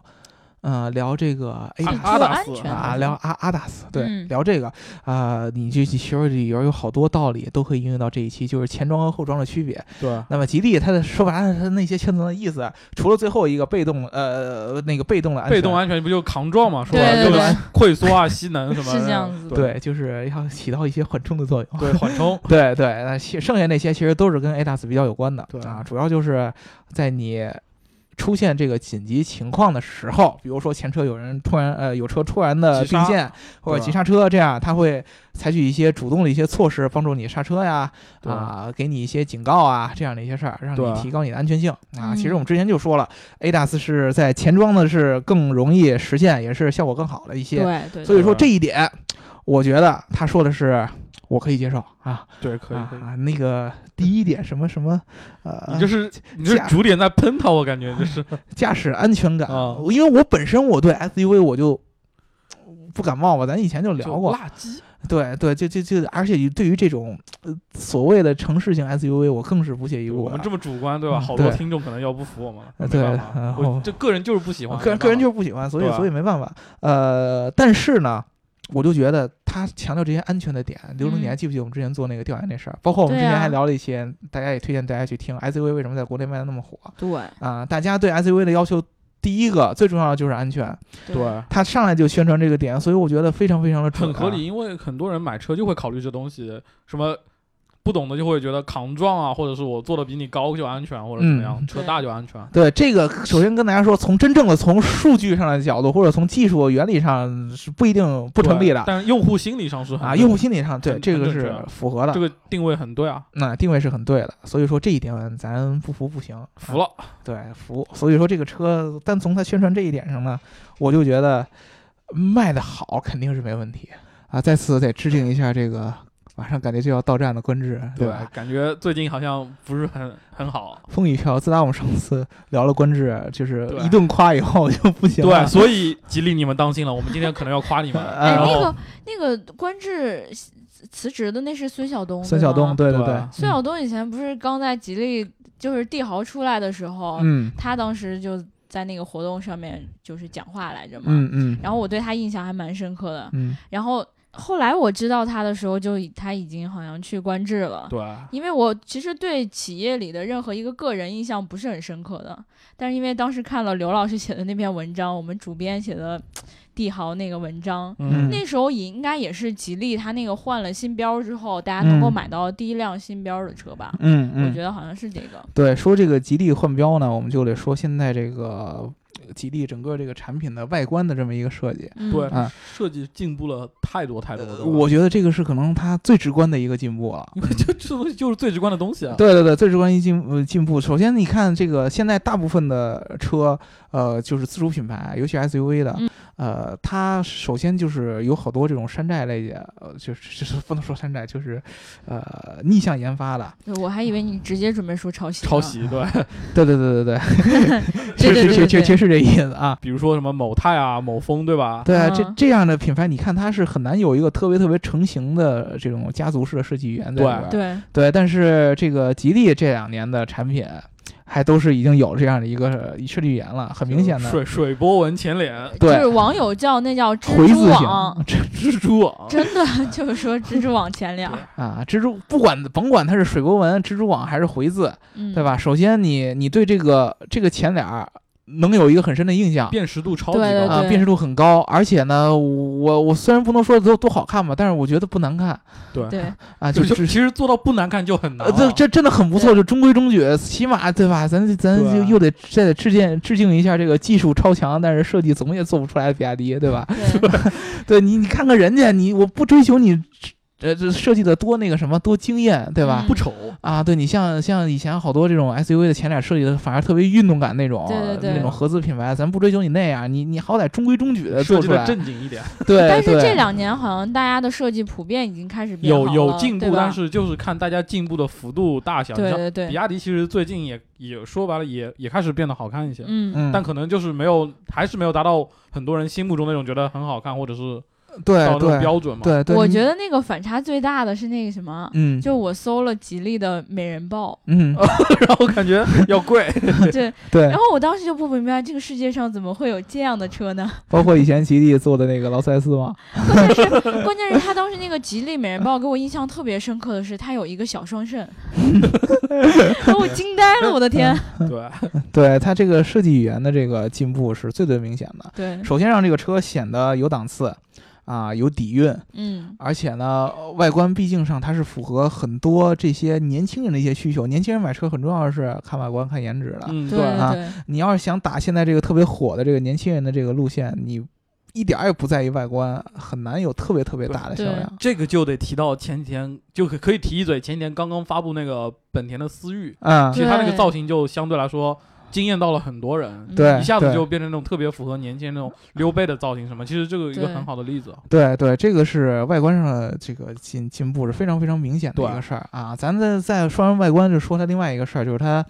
S2: 呃，聊这个 A
S3: 阿
S1: 比
S2: 大
S1: 较
S3: 阿达
S1: 安
S3: 斯
S1: 全
S3: 啊
S2: 啊，聊阿阿达斯，对，
S1: 嗯
S2: 聊这个啊、你这学会旅游有好多道理都可以应用到这一期，就是前装和后装的区别。
S3: 对，啊
S2: 那么吉利它的说白了，它那些圈层的意思，啊除了最后一个被动呃那个被动的安全
S3: 被动安全不就抗撞嘛，说白
S1: 对对
S3: 了就
S1: 对
S3: 是 溃缩啊、吸能什么的，
S1: 是这样子的
S2: 对，就是要起到一些缓冲的作用。
S3: 对，缓冲，
S2: 对对，那其剩下那些其实都是跟 ADAS 比较有关的，
S3: 对
S2: 啊，主要就是在你出现这个紧急情况的时候，比如说前车有人突然呃有车突然的
S3: 急刹
S2: 并线或者急刹车，这样它会采取一些主动的一些措施，帮助你刹车呀，
S3: 对
S2: 啊，给你一些警告啊这样的一些事儿，让
S3: 对
S2: 你提高你的安全性啊。
S1: 嗯
S2: 其实我们之前就说了，ADAS 是在前装的是更容易实现，也是效果更好的一些，
S1: 对对，
S2: 所以说这一点，我觉得他说的是我可以接受啊。
S3: 对，可以，可以。
S2: 啊，那个第一点什么什么，呃，
S3: 你这是你这是
S2: 驾
S3: 主点在喷他，我感觉就是
S2: 驾驶安全感、
S3: 啊
S2: 因为我本身我对 SUV 我就不感冒嘛，咱以前就 聊过，
S3: 垃圾，
S2: 对对，就就就，而且对于这种呃所谓的城市型 SUV，我更是不屑一顾
S3: 我
S2: 的
S3: 们。这么主观对吧？
S2: 嗯
S3: 好多
S2: 对
S3: 听众可能要不服我们了，
S2: 呃
S3: 没
S2: 对
S3: 办法
S2: 然后
S3: 我这个人就是不喜
S2: 我
S3: 欢，
S2: 个人
S3: 没办法
S2: 个人就是不喜欢，所以
S3: 对啊
S2: 所以没办法。呃，但是呢，我就觉得他强调这些安全的点，刘总，
S1: 嗯
S2: 你还记不记得我们之前做那个调研那事儿？包括我们之
S1: 对啊
S2: 前还聊了一些，大家也推荐大家去听 SUV 为什么在国内卖的那么火。
S1: 对
S2: 啊、大家对 SUV 的要求，第一个最重要的就是安全，
S3: 对。
S2: 他上来就宣传这个点，所以我觉得非常非常的准、啊
S3: 很合理，。因为很多人买车就会考虑这东西，什么不懂的就会觉得扛撞啊，或者是我坐的比你高就安全，或者怎么样，
S2: 嗯
S3: 车大就安全。
S2: 对这个，首先跟大家说，从真正的从数据上的角度，或者从技术原理上是不一定不成立
S3: 对
S2: 的
S3: 但是用户心理上是很
S2: 啊。
S3: 对的
S2: 用户心理上对
S3: 很
S2: 这个
S3: 很正
S2: 是
S3: 确
S2: 符合的，
S3: 这个定位很对啊，
S2: 那定位是很对的。所以说这一点咱不服不行，
S3: 服了。
S2: 啊对服。所以说这个车单从它宣传这一点上呢，我就觉得卖的好肯定是没问题啊。再次得致敬一下这个马上感觉就要到站的观致，对吧？
S3: 感觉最近好像不是很很好。
S2: 风雨飘，自打我们上次聊了官至，就是
S3: 对
S2: 一顿夸以后就不行了。
S3: 对，所以吉利你们当心了，我们今天可能要夸 你们。
S2: 呃
S1: 哎，
S3: 然
S1: 那
S3: 后
S1: 个那个官至辞辞职的那是孙晓东，
S2: 孙晓东，
S1: 对吗。
S2: 对对
S3: 对
S2: 对，
S1: 孙晓东以前不是刚在吉利就是帝豪出来的时候，
S2: 嗯
S1: 他当时就在那个活动上面就是讲话来着嘛，
S2: 嗯嗯
S1: 然后我对他印象还蛮深刻的。
S2: 嗯
S1: 然后后来我知道他的时候就已，他已经好像去官至了。
S3: 对，啊
S1: 因为我其实对企业里的任何一个个人印象不是很深刻的，但是因为当时看了刘老师写的那篇文章，我们主编写的帝豪那个文章，
S2: 嗯
S1: 那时候也应该也是吉利它那个换了新标之后，大家能够
S2: 嗯
S1: 买到第一辆新标的车吧？
S2: 嗯
S1: 我觉
S2: 嗯，
S1: 得好像是这个。
S2: 对，说这个吉利换标呢，我们就得说现在这个呃吉利整个这个产品的外观的这么一个设计。
S1: 嗯、呃
S3: 对
S2: 啊，
S3: 设计进步了太多太多了。对吧
S2: 呃
S3: 嗯
S2: 我觉得这个是可能它最直观的一个进步了。
S3: 因为这这东西就是最直观的东西啊。
S2: 对对对，最直观一进呃进步。首先，你看这个现在大部分的车，呃，就是自主品牌，尤其 SUV 的，
S1: 嗯
S2: 呃，它首先就是有好多这种山寨类的，呃，就是就是不能说山寨，就是呃逆向研发的。
S1: 对，我还以为你直接准备说抄袭。
S3: 抄。袭对，
S2: 对对对对
S1: 对 对
S2: 对，
S1: 对对
S2: 是是是
S1: 对。
S2: 是是这意思啊。
S3: 比如说什么某泰啊、某风对吧？
S2: 对啊，
S1: 嗯
S2: 这这样的品牌，你看它是很难有一个特别特别成型的这种家族式的设计语言在里
S3: 对
S2: 边。
S1: 对，
S2: 对，但是这个吉利这两年的产品，还都是已经有这样的一个设计语言了，很明显的
S3: 水水波纹前脸、
S1: 就
S2: 对
S1: 是网友叫那叫蜘
S2: 回
S1: 蛛
S2: 字
S1: 网
S2: 形，这
S3: 蜘蛛网，
S1: 真的就是说蜘蛛网前脸，
S2: 啊，蜘蛛不管甭管它是水波纹、蜘蛛网还是回字，
S1: 嗯，
S2: 对吧？首先你你对这个这个前脸儿能有一个很深的印象。
S3: 辨识度超级
S1: 对对
S3: 高。
S2: 啊，
S1: 对
S2: 辨识度很高，而且呢，我我虽然不能说多多好看吧，但是我觉得不难看
S3: 对
S1: 对，
S2: 啊，
S3: 就
S2: 就
S3: 就其
S2: 是
S3: 实做到不难看就很难
S2: 呃，
S3: 了。
S2: 这这真的很不错，
S1: 哦对
S2: 就中规中矩，起码对吧？咱咱
S3: 对啊
S2: 就又得再得致敬致敬一下这个技术超强，但是设计总也做不出来的比亚迪，对吧？
S1: 对
S2: 对你你看看人家，你我不追求你呃这设计的多那个什么多惊艳，对吧？
S1: 嗯
S3: 不丑，
S2: 啊，对你像像以前好多这种 SUV 的前脸设计的反而特别运动感那种，
S1: 对对对
S2: 那种合资品牌，咱不追求你那样，你你好歹中规中矩
S1: 嗯
S2: 的
S3: 设
S2: 做
S3: 计
S2: 出
S3: 的
S2: 来。
S3: 正经一点，
S2: 对，
S1: 但是
S2: 对
S1: 这两年好像大家的设计普遍已经开始变
S3: 有
S1: 好
S3: 有
S1: 了
S3: 进
S1: 对
S3: 步，
S1: 吧
S3: 但是就是看大家进步的幅度大小。你
S1: 对
S3: 像
S1: 对
S3: 比
S1: 对，
S3: 亚迪其实最近也也说白了也也开始变得好看一些，
S1: 嗯，
S2: 嗯，
S3: 但可能就是没有，还是没有达到很多人心目中那种觉得很好看或者是
S2: 对
S3: 到那种
S2: 对
S3: 标准嘛。
S2: 对对，
S1: 我
S2: 你
S1: 觉得那个反差最大的是那个什么，
S2: 嗯
S1: 就我搜了吉利的美人豹，
S2: 嗯
S3: 然后感觉要 贵，
S1: 对，
S2: 对
S1: 然，后我当时就不明白这个世界上怎么会有这样的车呢？
S2: 包括以前吉利做的那个劳斯莱斯嘛，
S1: 关键是他当时那个吉利美人豹给我印象特别深刻的是，它有一个小双肾， 把我惊呆了，我的天！
S3: 对，
S2: 对它这个设计语言的这个进步是最最明显的。
S1: 对，
S2: 首先让这个车显得有档次，啊，有底蕴，
S1: 嗯，
S2: 而且呢，外观毕竟上它是符合很多这些年轻人的一些需求。年轻人买车很重要的是看外观、看颜值的。
S3: 嗯，
S1: 对
S3: 对，
S2: 啊
S1: 对，
S2: 你要是想打现在这个特别火的这个年轻人的这个路线，你一点儿也不在意外观，很难有特别特别大 的销量。
S3: 这个就得提到前几天，就可可以提一嘴，前几天刚刚发布那个本田的思域，
S2: 嗯
S3: 其，实它那个
S1: 对
S3: 造型就相对来说惊艳到了很多人，
S2: 对
S3: 一下子就变成那种特别符合年轻人那种溜背的造型什么。其实这个一个
S1: 对
S3: 很好的例子，
S2: 对对，这个是外观上的这个进进步是非常非常明显的
S3: 对
S2: 一个事儿啊。咱再再说完外观，就说它另外一个事儿，就是它，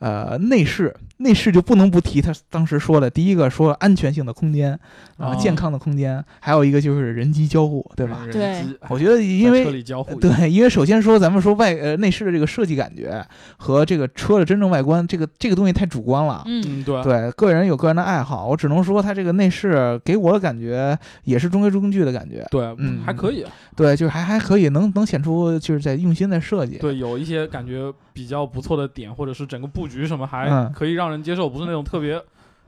S2: 呃，内饰内饰就不能不提。它当时说的第一个说安全性的空间啊、
S3: 哦
S2: 健康的空间，还有一个就是人机交互，对吧？
S3: 人
S1: 对
S3: 机
S2: 我觉得因
S3: 嗯在车
S2: 为呃
S3: 里交互，
S2: 对，因为首先说咱们说外呃内饰的这个设计感觉和这个车的真正外观，这个这个东西太主观了。
S1: 嗯，
S3: 嗯，对，
S2: 对，个人有个人的爱好，我只能说它这个内饰给我的感觉也是中规中矩的感觉。
S3: 对，啊
S2: 嗯
S3: 还可以，
S2: 对，就是还还可以，能能显出就是在用心在设计。
S3: 对，有一些感觉比较不错的点，或者是整个布局什么还
S2: 嗯
S3: 可以让人接受，不是那种特别。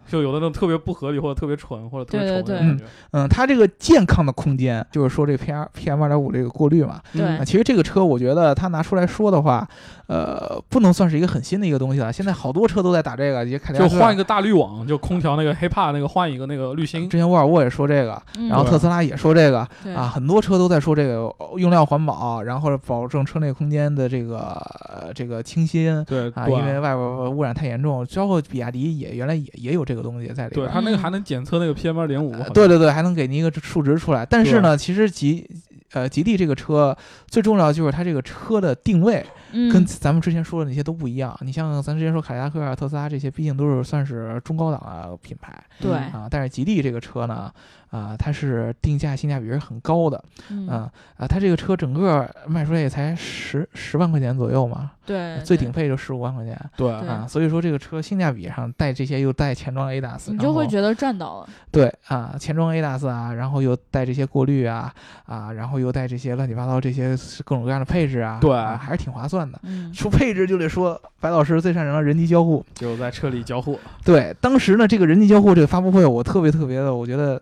S3: 就有的那种特别不合理，或者特别蠢，或者特别
S1: 对
S3: 丑
S1: 对
S3: 的感觉。
S2: 嗯，它这个健康的空间，就是说这个 PM PM 二点五这个过滤嘛。
S3: 嗯
S1: 对
S2: 啊，其实这个车我觉得它拿出来说的话，呃，不能算是一个很新的一个东西了。现在好多车都在打这个，也凯迪拉
S3: 就
S2: 克
S3: 换一。个大滤网，就空调那个黑怕那个换一个那个滤芯。
S2: 啊之前沃尔沃也说这个，
S1: 嗯
S2: 然后特斯拉也说这个
S1: 对
S2: 啊，，很多车都在说这个哦用料环保，然后保证车内空间的这个呃这个清新
S3: 对
S2: 啊，
S3: 对
S2: 因为外边儿污染太严重。包括比亚迪也原来也也有这个东西在里边
S3: 对
S2: 儿。
S3: 它那个
S1: 嗯
S3: 还能检测那个 PM 二点五。
S2: 呃对对对，还能给您一个数值出来。但是
S3: 对
S2: 呢，其实吉呃吉利这个车最重要就是它这个车的定位
S1: 嗯
S2: 跟咱们之前说的那些都不一样。你像咱之前说凯迪拉克啊、特斯拉这些，毕竟都是算是中高档的品牌
S1: 对，
S2: 啊，但是吉利这个车呢，啊、它是定价性价比是很高的
S1: 嗯
S2: 啊啊，它这个车整个卖出来也才十十万块钱左右嘛，
S1: 对，嗯对
S2: 最顶配就十五万块钱。
S3: 对
S1: 对
S2: 啊，所以说这个车性价比上带这些又带前装 ADAS，
S1: 你
S2: 然
S1: 就
S2: 后
S1: 会觉得赚到了，
S2: 对啊，前装 ADAS 啊，然后又带这些过滤啊啊，然后又带这些乱七八糟这些各种各样的配置啊，
S3: 对
S2: 啊还是挺划算的。
S1: 嗯，
S2: 说配置就得说白老师最擅长的人机交互。
S3: 就在车里交互。
S2: 对，当时呢这个人机交互这个发布会，我特别特别的，我觉得，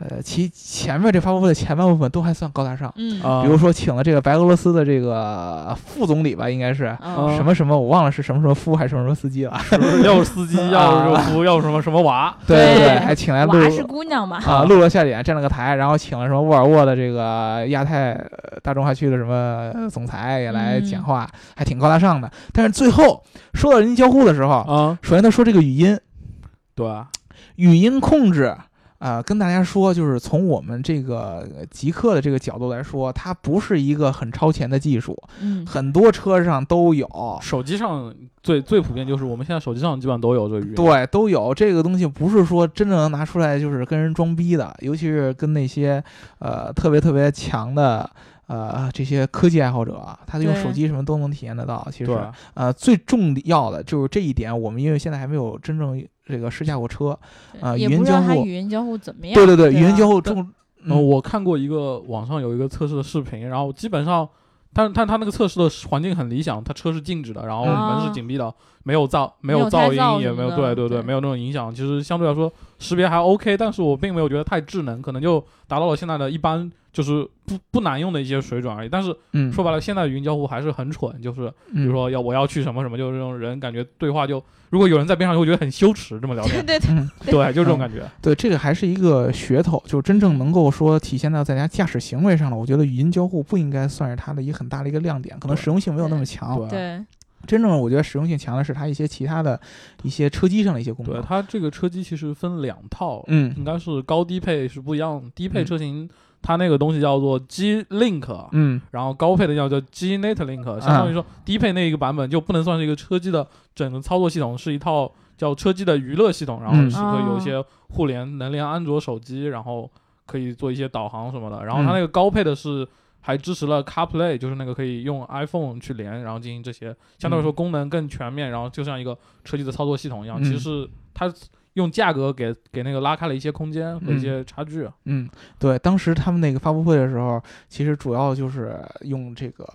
S2: 呃，其前面这发布会的前半部分都还算高大上，
S1: 嗯，
S3: 啊
S2: 比如说请了这个白俄罗斯的这个副总理吧，应该是
S1: 啊
S2: 什么什么，我忘了是什么什么夫还是什么什么司机了。
S3: 是不是要是司
S2: 嗯
S3: 机，要
S2: 啊
S3: 是服务，要是什么什么娃，
S2: 对
S1: 对
S2: 还请来录
S1: 娃是姑娘嘛，
S2: 啊，露了笑脸，站了个台，然后请了什么沃尔沃的这个亚太呃大中华区的什么呃总裁也来讲话，还挺高大上的。但是最后说到人机交互的时候，
S3: 啊，
S2: 首先他说这个语音，
S3: 对，啊
S2: 语音控制。啊、跟大家说，就是从我们这个呃极客的这个角度来说，它不是一个很超前的技术，
S1: 嗯，
S2: 很多车上都有，
S3: 手机上最最普遍就是我们现在手机上基本上都有这个语音。
S2: 对，都有这个东西，不是说真正能拿出来就是跟人装逼的，尤其是跟那些呃特别特别强的呃这些科技爱好者，啊他用
S1: 对
S2: 手机什么都能体验得到。其
S3: 对啊
S2: 实，呃，最重要的就是这一点，我们因为现在还没有真正这个试驾过车，啊
S1: 也
S2: 语音
S1: 不知道
S2: 交
S1: 它
S2: 互
S1: 语音交互怎么样，
S2: 对对对，语
S1: 吧
S2: 音交互重，
S3: 然后呃我看过一个网上有一个测试的视频，然后基本上，但但它那个测试的环境很理想，它车是静止的，然后
S1: 啊
S3: 门是紧闭的，没有噪没
S1: 没有
S3: 噪
S1: 胎噪
S3: 音，也
S1: 什么
S3: 没有
S1: 的
S3: 对
S1: 对
S3: 对对，没有那种影响。其实相对来说识别还 OK，但是我并没有觉得太智能，可能就达到了现在的一般就是不不难用的一些水准而已。但是
S2: 嗯，
S3: 说白了，现在语音交互还是很蠢，就是
S2: 比
S3: 比如，说要我要去什么什么，就是这种人感觉对话就，如果有人在边上，就会觉得很羞耻，这么聊
S1: 对
S3: 天，
S1: 对对，
S2: 嗯，
S3: 对，就这种感觉。
S2: 对，这个还是一个噱头，就是真正能够说体现到在家驾驶行为上了。我觉得语音交互不应该算是它的一个很大的一个亮点，可能
S3: 对
S2: 实用性没有那么强。
S3: 对
S1: 对，
S2: 真正我觉得实用性强的是它一些其他的一些车机上的一些功
S3: 对
S2: 能。
S3: 它这个车机其实分两套，
S2: 嗯
S3: 应该是高低配是不一样的。低配
S2: 嗯
S3: 车型它那个东西叫做 G Link，、
S2: 嗯，
S3: 然后高配的叫做 G Net Link，相当于说低配那一个版本就不能算是一个车机的整个操作系统，是一套叫车机的娱乐系统，然后
S2: 嗯
S3: 是可以有一
S1: 哦
S3: 些互联，能连安卓手机，然后可以做一些导航什么的。然后它那个高配的是还支持了 CarPlay，就是那个可以用 iPhone 去连，然后进行这些，相对来说功能更全面。然后就像一个车机的操作系统一样，
S2: 嗯
S3: 其实是它用价格给给那个拉开了一些空间和一些差距。啊
S2: 嗯，对，当时他们那个发布会的时候，其实主要就是用这个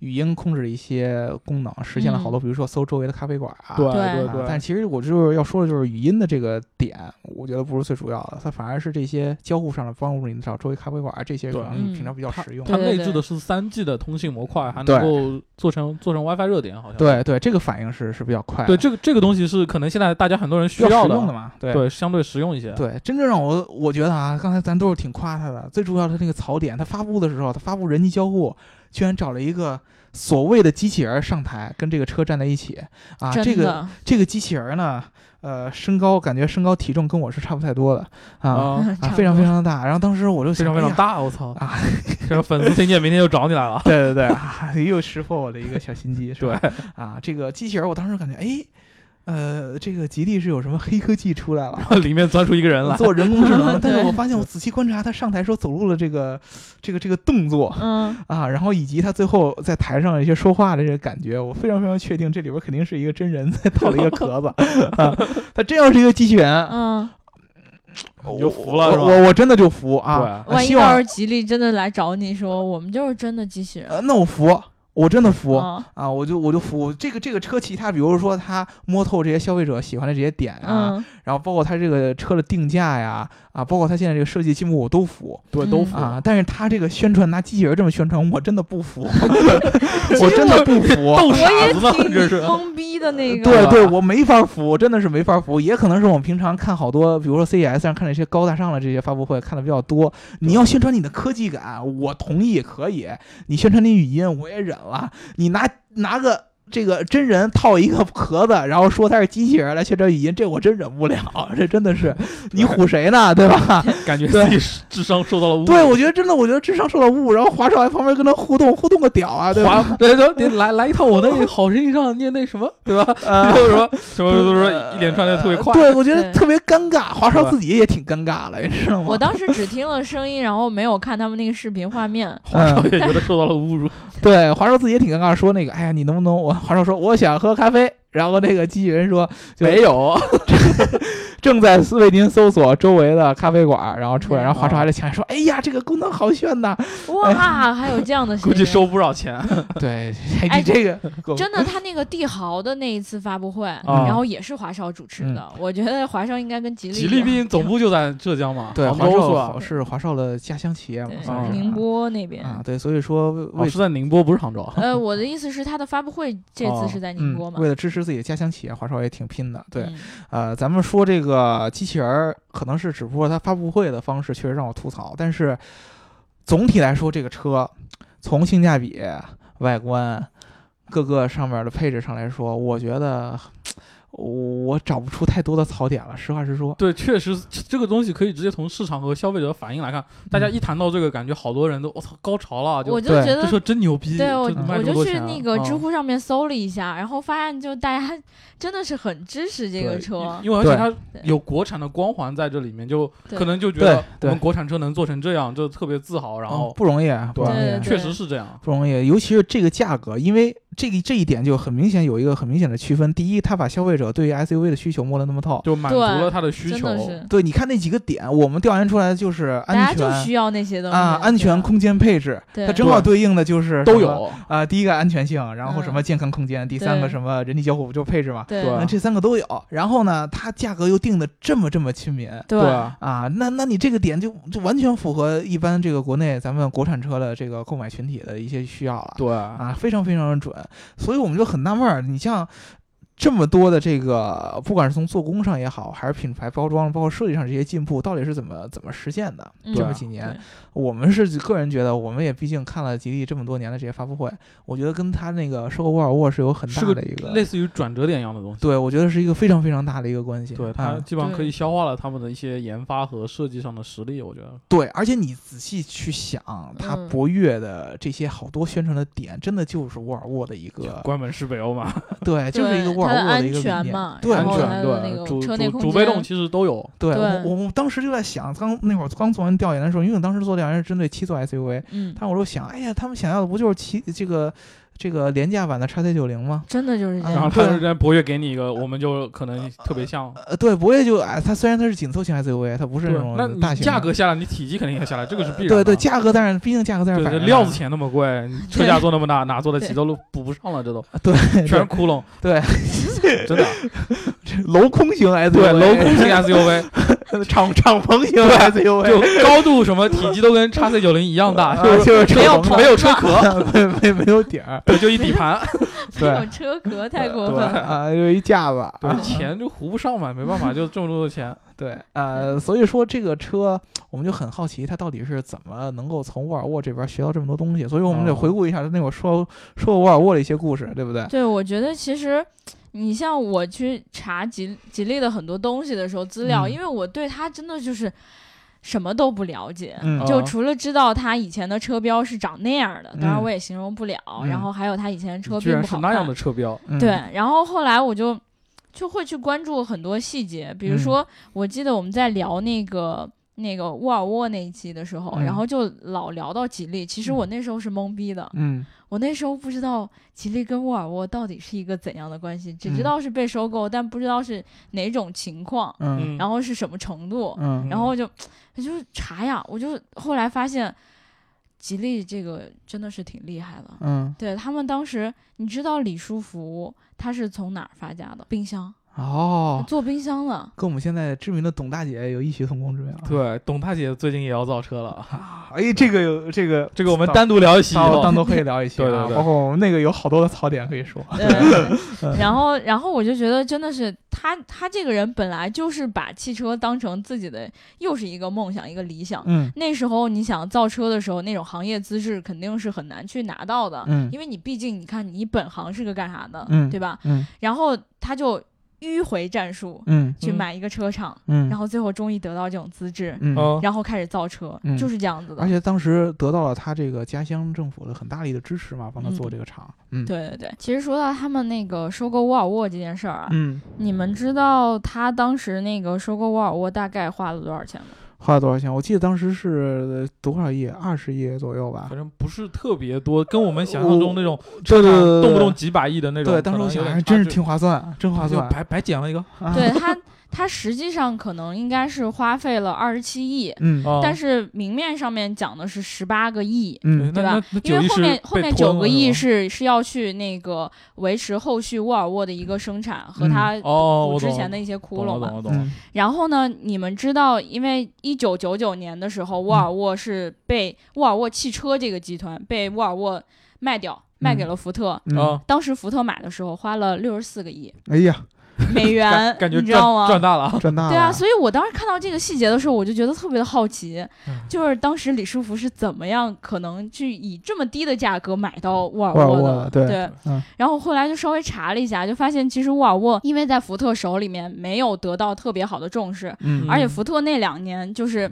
S2: 语音控制一些功能，实现了
S1: 嗯
S2: 好多，比如说搜周围的咖啡馆啊。
S3: 对
S1: 对
S2: 啊
S3: 对，
S2: 但其实我就是要说的就是语音的这个点，我觉得不是最主要的，它反而是这些交互上的帮助你找周围咖啡馆啊这些，可
S3: 对
S2: 能
S1: 嗯
S2: 你平常比较实用。
S3: 它
S1: 对对
S3: 内置的是三 G 的通信模块，还
S2: 对
S3: 能够做成做成 WiFi 热点，好像。
S2: 对对，这个反应是是比较快的。
S3: 对，这个这个东西是可能现在大家很多人需
S2: 需要实
S3: 的，
S2: 用的嘛？对
S3: 对，相对实用一些。
S2: 对，真正让我我觉得啊，刚才咱都是挺夸他的。最重要的那个槽点，他发布的时候，他发布人机交互，居然找了一个所谓的机器人儿上台，跟这个车站在一起啊。
S1: 真的
S2: 这个这个机器人儿呢，呃，身高感觉身高体重跟我是差不太多的 啊、
S3: 啊，
S1: 差
S2: 啊，
S1: 不
S2: 非常
S1: 多
S2: 非常大。然后当时我就
S3: 非
S2: 想
S3: 常
S1: 哎
S3: 非常，大，我操！
S2: 啊，。
S3: 这个粉丝听见明天就找你来了
S2: 哎呀对对对，啊又识破我的一个小心机，是吧
S3: 对，
S2: 啊，这个机器人儿，我当时感觉，哎，呃，这个吉利是有什么黑科技出来了？
S3: 里面钻出一个 人来，
S2: 做人工智能，但是
S1: 对
S2: 我发现我仔细观察他上台时候走路的这个这个这个动作
S1: 嗯，
S2: 啊，然后以及他最后在台上一些说话的这个感觉，我非常非常确定这里边肯定是一个真人在 套了一 个壳子啊，他真要是一个机器人，
S1: 嗯，
S2: 我
S3: 你就服了是吧
S2: 我我我真的就服啊，
S3: 对，
S2: 啊
S1: 万一
S2: 希
S1: 到
S2: 望
S1: 时候吉利真的来找你说，我们就是真的机器人，
S2: 呃那我服，我真的服。
S1: 嗯
S2: 啊，我就我就服这个这个车企，它比如说它摸透这些消费者喜欢的这些点啊，
S1: 嗯，
S2: 然后包括它这个车的定价呀，啊，包括它现在这个设计进步，我都服。
S3: 对
S1: 嗯
S3: 都服。
S2: 啊！但是他这个宣传拿机器人这么宣传，我真的不 服，我真的不服。
S3: 逗傻
S1: 我也
S3: 子呢，这是
S1: 挺懵逼的那个，
S2: 对
S3: 吧
S2: 对，我没法服，我真的是没法服。也可能是我们平常看好多，比如说 CES 上看那些高大上的这些发布会看的比较多。你要宣传你的科技感，我同意可以。你宣传你语音，我也忍了。你拿拿个。这个真人套一个壳子，然后说他是机器人来宣传语音，这我真忍不了，这真的是你唬谁呢，对吧？
S3: 感觉
S2: 对
S3: 自己是智商受到了侮辱。
S2: 对，我觉得真的，我觉得智商受到侮辱，然后华少在旁边跟他互动，互动个屌啊，对吧？
S3: 华，对，说你来来一套我那好声音上念那什么，对吧？
S2: 呃
S3: 就是说什么都说一连串的特别快，
S2: 对，我觉得
S1: 对
S2: 特别尴尬，华
S3: 是
S2: 少
S3: 吧
S2: 自己也挺尴尬了，你知道吗？
S1: 我当时只听了声音，然后没有看他们那个视频画 面。
S3: 我
S2: 嗯，
S3: 也觉得受到了侮辱。
S2: 对，华少自己也挺尴尬，说那个，哎呀，你能不能我？华少说我想喝咖啡，然后那个机器人说就
S3: 没有，
S2: 正在为您搜索周围的咖啡馆，然后出来，然后华少
S3: 哦
S2: 还在墙上说，哎呀，这个功能好炫呐！
S1: 哇，还有这样的声
S3: 哎估
S1: 音，
S3: 计收不少钱。
S2: 对，
S1: 哎
S2: 你这个
S1: 真的，他那个帝豪的那一次发布会，
S3: 啊嗯
S1: 然后也是华少主持的，我觉得华少应该跟吉利
S3: 吉利毕竟总部就在浙江嘛，
S2: 对，
S3: 杭
S2: 华
S3: 州是
S2: 少
S3: 吧？啊
S2: 是华少的家乡企业嘛，
S1: 对
S2: 算是
S1: 宁波那边。
S2: 啊，对，所以说
S3: 哦，
S2: 为
S3: 是在宁波，不是杭州。
S1: 呃，我的意思是，他的发布会这
S3: 哦
S1: 次是在
S3: 嗯
S1: 宁波嘛？
S2: 嗯为了支持自己的家乡企业，华少也挺拼的。对，
S1: 嗯，
S2: 呃，咱们说这个机器人儿，可能是只不过它发布会的方式确实让我吐槽，但是总体来说，这个车从性价比、外观各个上面的配置上来说，我觉得我找不出太多的槽点了。实话实说，
S3: 对，确实这这个东西可以直接从市场和消费者反应来看。大家一谈到这个，感觉好多人都我操高潮了，啊就
S1: 我就
S2: 对
S1: 觉得
S3: 这车真牛逼，
S1: 对我
S3: 这卖
S1: 我
S3: 这么
S1: 就
S3: 多
S1: 去
S3: 钱啊
S1: 那个知
S3: 嗯
S1: 乎上面搜了一下，然后发现就大家 真的是很支持这个
S3: 对
S1: 车，
S3: 因因为而且
S2: 对
S3: 它有国产的光环在这里面，就
S1: 对
S3: 可能就觉得我
S2: 对对
S3: 们国产车能做成这样，就特别自豪。然
S2: 嗯
S3: 后
S2: 不容易啊，不
S3: 对
S2: 容易
S1: 对
S2: 啊，
S3: 确实是这样，
S2: 不容易，尤其是这个价格，因为这个这一点就很明显有一个很明显的区分。第一，它把消费者对于 SUV 的需求摸得那么透。
S3: 就满足
S1: 对
S3: 了他的需
S1: 真
S3: 求。
S1: 的是
S2: 对，你看那几个点，我们调研出来的就是
S1: 大家
S2: 安
S1: 就
S2: 全
S1: 需要那些东西
S2: 啊，安全、空间配置，
S1: 对
S2: 它正好对应的就是
S3: 都
S2: 什么
S3: 有，
S2: 啊。第一个安全性，然后
S1: 嗯
S2: 什么健康空间，第三个
S1: 对
S2: 什么人体交互不就配置嘛，
S1: 对
S3: 对啊
S2: 那这三个都有。然后呢，它价格又定的这么这么亲民。
S1: 对
S3: 啊，
S2: 啊，那那你这个点就就完全符合一般这个国内咱们国产车的这个购买群体的一些需要了。
S3: 对
S2: 啊，非常非常的准，所以我们就很纳闷儿，你像。这么多的这个，不管是从做工上也好，还是品牌包装，包括设计上这些进步，到底是怎么怎么实现的？
S1: 嗯
S2: 这
S3: 对
S2: 么
S3: 啊
S2: 几年，
S1: 对
S2: 我们是个人觉得，我们也毕竟看了吉利这么多年的这些发布会，我觉得跟他那个收购沃尔沃是有很
S3: 是
S2: 大
S3: 个
S2: 的一个，
S3: 类似于转折点一样的东西。
S2: 对我觉得是一个非常非常大的一个关系。
S3: 对，它
S2: 啊，
S3: 基本上可以
S1: 对
S3: 消化了他们的一些研发和设计上的实力，我觉得。
S2: 对，而且你仔细去想，它
S1: 嗯
S2: 博越的这些好多宣传的点，真的就是沃尔沃的一个，
S3: 关门是北欧嘛，
S2: 对，就是一个
S1: 对
S2: 沃握
S1: 它的
S2: 的
S1: 安
S2: 一个
S1: 全
S2: 理念
S1: 嘛，。
S2: 对，
S1: 然
S3: 安
S1: 后
S3: 全
S1: 它的那
S3: 对，
S1: 个
S3: 主
S1: 车内
S3: 主
S1: 空
S3: 主被
S1: 间
S3: 动其实都有，
S2: 对
S1: 对
S2: 我，我们当时就在想，刚那会儿刚做完调研的时候，因为我当时做调研是针对七座 SUV，
S1: 嗯，
S2: 但我就想，哎呀，他们想要的不就是七这个这个廉价版的 x C 九零吗？
S1: 真的就是这
S2: 嗯
S3: 然后
S1: 样。
S3: 他
S2: 对
S3: 就在博越给你一个，我们就可能特别像。
S2: 呃，对，不会就哎，它虽然它是紧凑型 SUV，它不是
S3: 对，
S2: 种
S3: 那
S2: 大
S3: 你
S2: 型的
S3: 价格下来，你体积肯定也下来，这个是必然
S2: 对
S3: 的。啊
S2: 对，价格当然，毕竟价格在这
S3: 对
S2: 摆
S3: 这
S2: 着呢。
S3: 料子钱那么贵， 你车架做那么大，哪做得起？
S1: 对
S3: 都补不上了，这都
S2: 啊对，
S3: 全是 窟窿。
S2: 对，
S3: 真的，
S2: 镂空型 SUV，
S3: 对，镂空型 SUV，
S2: 空敞敞篷型 SUV，
S3: 就高度什么体积都跟 x C 九零一样大，
S2: 啊
S3: 就是
S2: 就是
S3: 没有
S2: 敞篷
S3: 没有车 壳，
S2: 没没没有底儿，
S3: 对，就一底盘，
S1: 没
S2: 对
S1: 有车壳太过分
S3: 对
S1: 了。
S2: 啊，有一架子，啊
S3: 对，钱就糊不上嘛，没办法，就这么多的钱。
S2: 对，呃，所以说这个车我们就很好奇，它到底是怎么能够从沃尔沃这边学到这么多东西？所以我们得
S3: 哦
S2: 回顾一下那会儿说说沃尔沃的一些故事，对不对？
S1: 对，我觉得其实你像我去查吉吉利的很多东西的时候，资料，
S2: 嗯
S1: 因为我对它真的就是什么都不了解。
S2: 嗯
S1: 就
S3: 啊
S1: 除了知道它以前的车标是长那样的，当然
S2: 嗯
S1: 我也形容不了。然
S2: 嗯
S1: 后还有它以前的车
S3: 居
S1: 并
S3: 然
S1: 不
S3: 是
S1: 好
S3: 那
S1: 看
S3: 样。的车标，
S2: 嗯
S1: 对，，然后后来我就就会去关注很多细节，比如
S2: 嗯
S1: 说，我记得我们在聊那个。那个沃尔沃那一期的时候，
S2: 嗯
S1: 然后就老聊到吉利。其实我那时候是懵逼的，
S2: 嗯
S1: 我那时候不知道吉利跟沃尔沃到底是一个怎样的关系，只
S2: 嗯
S1: 知道是被收购，但不知道是哪种情况，
S2: 嗯
S1: 然后是什么程度，
S2: 嗯
S1: 然后就我就查呀，我就后来发现，吉利这个真的是挺厉害的。
S2: 嗯，
S1: 对他们当时，你知道李书福他是从哪儿发家的？冰箱，
S2: 哦，
S1: 做冰箱的。
S2: 跟我们现在知名的董大姐有异曲同工之妙。
S3: 对，董大姐最近也要造车了，
S2: 啊，哎，这个有这个
S3: 这个我们单独聊一期以
S2: 单
S3: 后。
S2: 单独可以聊一期啊，
S3: 对对对
S2: 包括我们那个有好多的槽点可以说。嗯
S1: 对，然后，然后我就觉得真的是他，他这个人本来就是把汽车当成自己的又是一个梦想，一个理想。
S2: 嗯
S1: 那时候你想造车的时候，那种行业资质肯定是很难去拿到的，
S2: 嗯
S1: 因为你毕竟你看你本行是个干啥的，
S2: 嗯
S1: 对吧？
S2: 嗯
S1: 然后他就迂回战术
S2: 嗯
S1: 去
S3: 嗯
S1: 买一个车厂，
S2: 嗯，
S1: 然后最后终于得到这种资质，
S2: 嗯，
S3: 嗯，
S1: 然后开始造车，
S2: 嗯
S1: 就是这样子的
S2: 而。且当时得到了他这个家乡政府的很大力的支持嘛，帮他做
S1: 嗯
S2: 这个厂。嗯，
S1: 对对对，其实说到他们那个收购沃尔沃这件事儿啊，
S2: 嗯，
S1: 你们知道他当时那个收购沃尔沃大概花了多少钱吗？
S2: 花了多少钱？我记得当时是多少亿，二十亿左右吧
S3: 反。正不是特别多，跟我们想象中那种
S2: 对对对，
S3: 动不动几百亿的那种。
S2: 对，当时我想还真是挺划算，真划
S3: 划
S2: 算
S3: 算，。白白捡了一个。
S2: 啊
S1: 对，他，他实际上可能应该是花费了二十七
S3: 哦
S1: 亿，
S2: 嗯
S1: 但是明面上面讲的是十八个亿。
S2: 嗯
S1: 对吧
S3: 那那
S1: 因为后面后面九个亿
S3: 是
S1: 是是要去那个维持后续沃尔沃的一个生产和
S2: 嗯
S1: 它
S3: 被哦，
S1: 补
S3: 我
S1: 之
S3: 懂
S1: 前
S3: 了
S1: 的一些窟
S3: 懂
S1: 窿
S3: 了
S1: 嘛。
S3: 懂了懂了。
S2: 嗯
S1: 然后呢，你们知道，因为一九九九年的时
S2: 嗯
S1: 候，沃尔沃是被沃尔沃汽车这个集团被沃尔沃卖掉，卖给了福特。
S2: 嗯
S3: 啊，
S1: 当时福特买的时候花了六十四个 亿
S2: 哎呀，
S1: 美元
S3: 感，感觉
S1: 你知道吗
S3: 赚？赚大了啊！
S2: 赚大了。
S1: 对啊，所以我当时看到这个细节的时候，我就觉得特别的好奇，
S2: 嗯
S1: 就是当时李书福是怎么样可能去以这么低的价格买到沃尔
S2: 沃尔沃
S1: 的？
S2: 的对嗯
S1: 然后后来就稍微查了一下，就发现其实沃尔沃因为在福特手里面没有得到特别好的重视，
S2: 嗯
S1: 而且福特那两年就是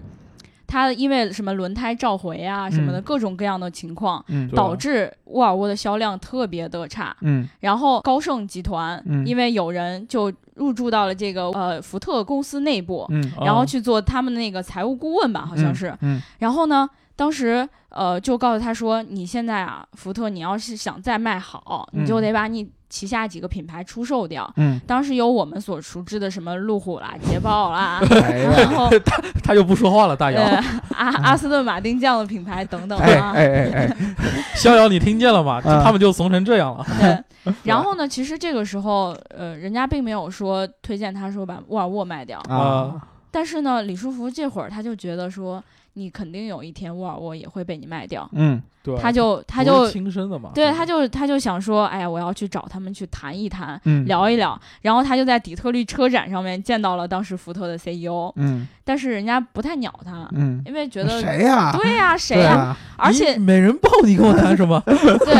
S1: 它因为什么轮胎召回啊什么的
S2: 嗯
S1: 各种各样的情况，
S2: 嗯
S3: 对
S1: 导致沃尔沃的销量特别的差。
S2: 嗯
S1: 然后高盛集团、
S2: 嗯
S1: 因为有人就入驻到了这个呃福特公司内部，
S2: 嗯，
S1: 然后
S3: 哦
S1: 去做他们的那个财务顾问吧，好像是。
S2: 嗯
S1: 然后呢，当时呃就告诉他说，你现在啊，福特你要是想再卖好，
S2: 嗯
S1: 你就得把你旗下几个品牌出售掉。
S2: 嗯，
S1: 当时有我们所熟知的什么路虎啦、捷豹啦，
S2: 哎呀，
S1: 然后
S3: 他又不说话了，大
S1: 呃
S3: 姚，
S1: 阿阿斯顿马丁这样的品牌等等
S2: 嗯哎
S1: 啊。
S2: 哎哎哎，
S3: 逍遥，你听见了吗？就
S2: 嗯
S3: 他们就怂成这样了。
S1: 对，然后呢，其实这个时候呃，人家并没有说推荐他说把沃尔沃卖掉，
S2: 啊，
S1: 但是呢，李书福这会儿他就觉得说，你肯定有一天沃尔沃也会被你卖掉，
S2: 嗯
S3: 对，啊
S1: 他就他
S3: 不
S1: 就是
S3: 亲生的嘛。
S1: 对，他就他就想说，哎呀，我要去找他们去谈一谈，
S2: 嗯，
S1: 聊一聊。然后他就在底特律车展上面见到了当时福特的 CEO，
S2: 嗯
S1: 但是人家不太鸟他，
S2: 嗯，
S1: 因为觉得
S2: 谁呀？
S1: 对呀、谁
S2: 对
S1: 呀、
S2: 啊？
S1: 而
S3: 你
S1: 且
S3: 美人豹，你跟我谈什么？
S1: 对，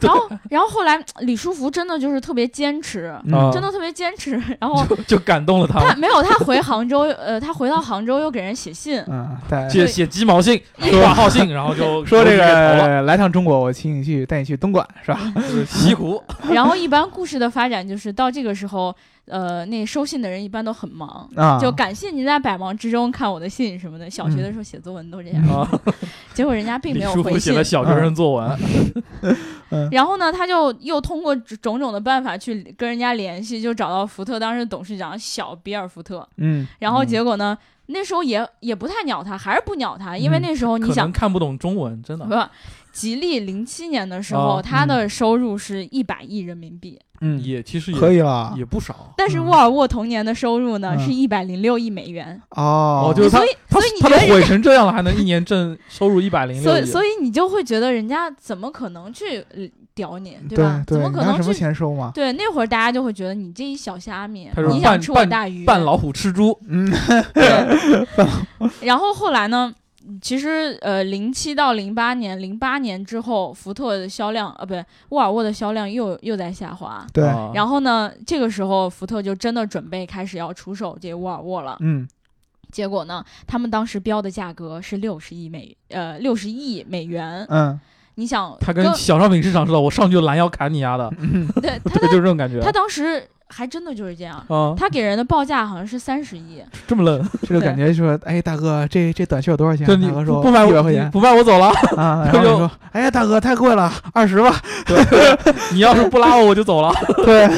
S1: 然后然后后来李书福真的就是特别坚持，
S2: 嗯
S1: 真的特别坚持。然后
S3: 啊就就感动了他
S1: 他
S3: 们，
S1: 没有他回杭州，呃，他 回到杭州又给人写信。
S2: 嗯，对，
S3: 写写鸡毛信、挂号信，然后就
S2: 说这
S3: 就给投
S2: 对，来趟中国，我请你去，带你去东莞，是吧？
S1: 嗯
S3: 就是西 湖，
S1: 然后一般故事的发展就是到这个时候，呃，那收信的人一般都很忙，
S2: 啊，
S1: 就感谢您在百忙之中看我的信什么的。小学的时候写作文都这样，
S3: 啊，
S1: 结果人家 并
S3: 李
S1: 没有
S3: 书
S1: 回
S3: 福写
S1: 信嗯
S3: 了。小学生作文，
S1: 然后呢，他就又通过种种的办法去跟人家联系，就找到福特当时董事长小比尔福特。
S2: 嗯，
S1: 然后结果呢，那时候也也不太鸟他，还是不鸟他，因为
S2: 嗯
S1: 那时候你
S3: 可
S1: 想
S3: 能，看不懂中文，真的
S1: 不，吉利零七年的时候，
S3: 哦
S1: 他的收入是一百亿人民币，
S2: 嗯，
S3: 也其实
S2: 可
S3: 也
S2: 以啊了，
S3: 也不少。
S1: 但是沃尔沃同年的收入呢、
S2: 嗯
S1: 是一百零六亿美元。
S2: 哦，
S3: 就是他
S1: 所以，
S3: 他
S1: 所以你
S3: 他
S1: 觉
S3: 都
S1: 得
S3: 毁成这样了，还能一年挣收入一百零
S1: 所
S3: 六
S1: 以，
S3: 亿，
S1: 所以你就会觉得人家怎么可能去呃屌你，
S2: 对
S1: 吧？
S2: 对，
S1: 怎么可
S2: 你拿什
S1: 能
S2: 么
S1: 去？
S2: 钱收 嘛？
S1: 对，那会儿大家就会觉得你这一小虾米
S3: 他说，
S1: 你
S3: 半
S1: 想吃我大鱼，
S3: 扮老虎吃猪，
S2: 嗯，
S1: 对。 然后后来呢？其实，呃，零七到零八年，零八年之后，福特的销量，呃，不对，沃尔沃的销量又又在下滑。
S2: 对，
S3: 啊
S1: 然后呢，这个时候福特就真的准备开始要出手这沃尔沃了。
S2: 嗯，
S1: 结果呢，他们当时标的价格是六十亿美，呃，六十亿美元。
S2: 嗯，
S1: 你想，
S3: 啊他跟小商品市场似的，我上去就拦腰砍你丫的，
S1: 对他
S3: 对，就这种感觉。
S1: 他当时还真的就是这样，
S3: 啊，
S1: 他给人的报价好像是三十亿，
S3: 这么冷，
S2: 这就感觉说，哎，大哥，这这短袖有多少钱？啊
S3: 就你
S2: 大哥说
S3: 不卖
S2: 一
S3: 我
S2: 百块钱
S3: 不卖我走了。
S2: 啊，然
S3: 就
S2: 后你说，哎呀，大哥太贵了，二十吧。
S3: 你要是不拉我，我就走了，
S2: 对，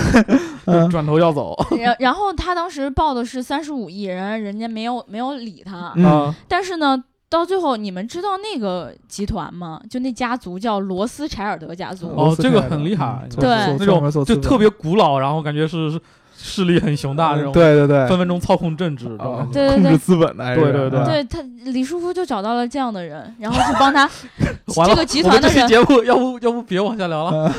S2: 嗯
S3: 转头要走。
S1: 然 然后他当时报的是三十五亿，然后人家没有没有理他，
S2: 嗯
S3: 啊，
S1: 但是呢。到最后，你们知道那个集团吗？就那家族叫罗斯柴尔德家族，
S3: 哦这个很厉害
S2: 嗯
S3: 对
S2: 做做
S1: 对
S2: 做
S3: 那
S2: 做
S3: 种
S2: 做
S3: 就
S2: 资本
S3: 特别古老，然后感觉是是势力很雄大那种，，
S2: 对对对，
S3: 分分钟操控政治，这种
S2: 啊
S3: 感觉
S1: 对
S2: 控制资本的，
S3: 对
S2: 这
S3: 对
S2: 是
S3: 对
S2: 啊
S1: 对他李书福就找到了这样的人，然后去帮 他
S3: 完
S1: 这
S3: 了，
S1: 个集团的
S3: 我们这期
S1: 人，
S3: 节目要不要不别往下聊了，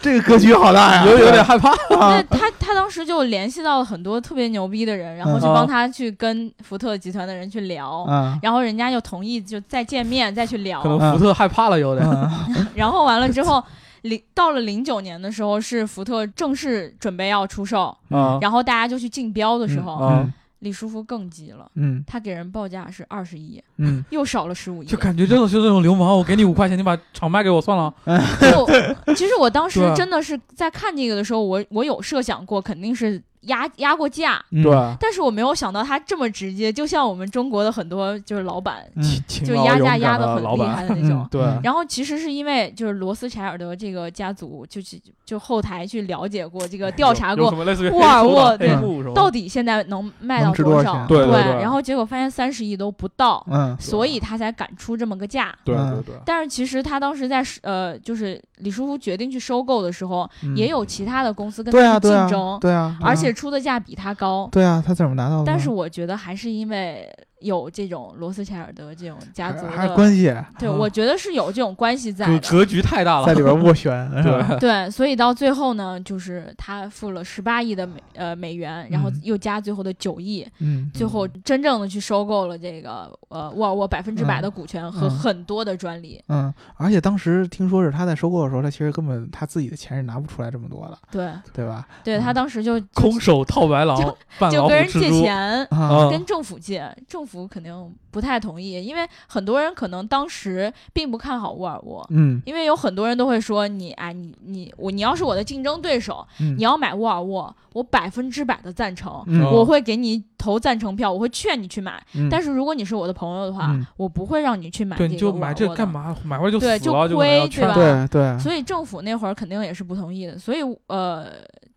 S2: 这个格局好大呀，
S3: 有有点害怕。
S1: 对他他当时就联系到了很多特别牛逼的人，然后去
S3: 嗯
S1: 帮他去跟福特集团的人去聊，
S2: 啊，
S1: 然后人家就同意就再见面再去聊
S3: 可，能福特害怕了，有点。
S2: 嗯
S1: 然后完了之后，零到了零九年的时候，是福特正式准备要出售，
S3: 啊
S1: 然后大家就去竞标的时候，
S3: 嗯啊
S1: 李书福更急了，
S2: 嗯
S1: 他给人报价是二十亿，
S2: 嗯
S1: 又少了十五亿。
S3: 就感觉这种就是这种流氓，我给你五块钱，你把厂卖给我算了。
S1: 就其实我当时
S3: 对啊
S1: 真的是在看这个的时候，我我有设想过，肯定是压压过价。
S2: 嗯，
S1: 但是我没有想到他这么直接，就像我们中国的很多就是老板，
S2: 嗯
S3: 勤勤
S1: 就
S3: 劳
S1: 压
S3: 勇
S1: 价
S3: 敢
S1: 压
S3: 的
S1: 很
S3: 老
S1: 厉
S3: 板，
S1: 害的那种
S2: 嗯。
S3: 对
S1: 然后其实是因为就是罗斯柴尔德这个家族，就去就后台去了解过这个调查
S3: 有
S1: 过
S3: 什，么类似于
S1: 沃尔沃
S3: 黑
S2: 对
S3: 户什么的黑户什么的
S1: 到底现在能卖到
S2: 能值多少
S1: 少？
S2: 钱
S3: 对对
S1: 对
S3: 对
S1: 然后结果发现三十亿都不到，
S2: 嗯
S1: 所以他才敢出这么个价。
S3: 对对
S2: 嗯
S3: 对，
S1: 但是其实他当时在呃，就是李书福决定去收购的时候，
S2: 嗯
S1: 也有其他的公司跟
S2: 对
S1: 他
S2: 啊
S1: 去
S2: 对
S1: 竞
S2: 啊
S1: 争，
S2: 对啊，
S1: 而且
S2: 嗯
S1: 出的价比他高。
S2: 对啊，他怎么拿到的呢？
S1: 但是我觉得还是因为有这种罗斯柴尔德这种家
S2: 还
S1: 族
S2: 还是
S1: 的，
S2: 关系嗯
S1: 对，
S3: 啊
S1: 我觉得是有这种关系在
S3: 格
S1: 的。
S3: 格局太大
S2: 在
S3: 了。
S2: 里边斡旋，是吧
S3: 对，
S1: 对，所以到最后呢，就是他付了十八亿的美呃美元，然后
S2: 嗯
S1: 又加最后的九亿，
S2: 嗯
S1: 最后真正的去收购了这个呃沃尔沃百分之百的股权和
S2: 嗯
S1: 很多的专利。
S2: 嗯，而且当时听说是他在收购的时候，他其实根本他自己的钱是拿不出来这么多的，对吧？
S1: 对对，他当时就就
S3: 空手套白狼，扮
S1: 就
S3: 老
S1: 跟
S3: 虎
S1: 人
S3: 吃
S1: 借
S3: 猪。
S1: 钱。
S2: 啊，
S3: 嗯
S1: 跟政府借，政府肯定不太同意，因为很多人可能当时并不看好沃尔沃，
S2: 嗯
S1: 因为有很多人都会说你，哎，你你我，你要是我的竞争对手，
S2: 嗯
S1: 你要买沃尔沃，我百分之百的赞成，
S2: 嗯
S1: 我会给你投赞成票，我会劝你去买。
S2: 嗯
S1: 但是如果你是我的朋友的话，
S2: 嗯
S1: 我不会让你去买
S3: 对，
S1: 个
S3: 你就
S1: 沃
S3: 买
S1: 尔
S3: 这
S1: 沃
S3: 干
S1: 的
S3: 嘛？买回来就死
S1: 对
S3: 了，
S1: 就
S3: 可能要
S1: 亏
S3: 圈
S1: 对吧
S2: 对对，
S1: 所以政府那会儿肯定也是不同意的，所以呃，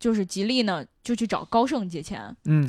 S1: 就是吉利呢就去找高盛借钱，
S2: 嗯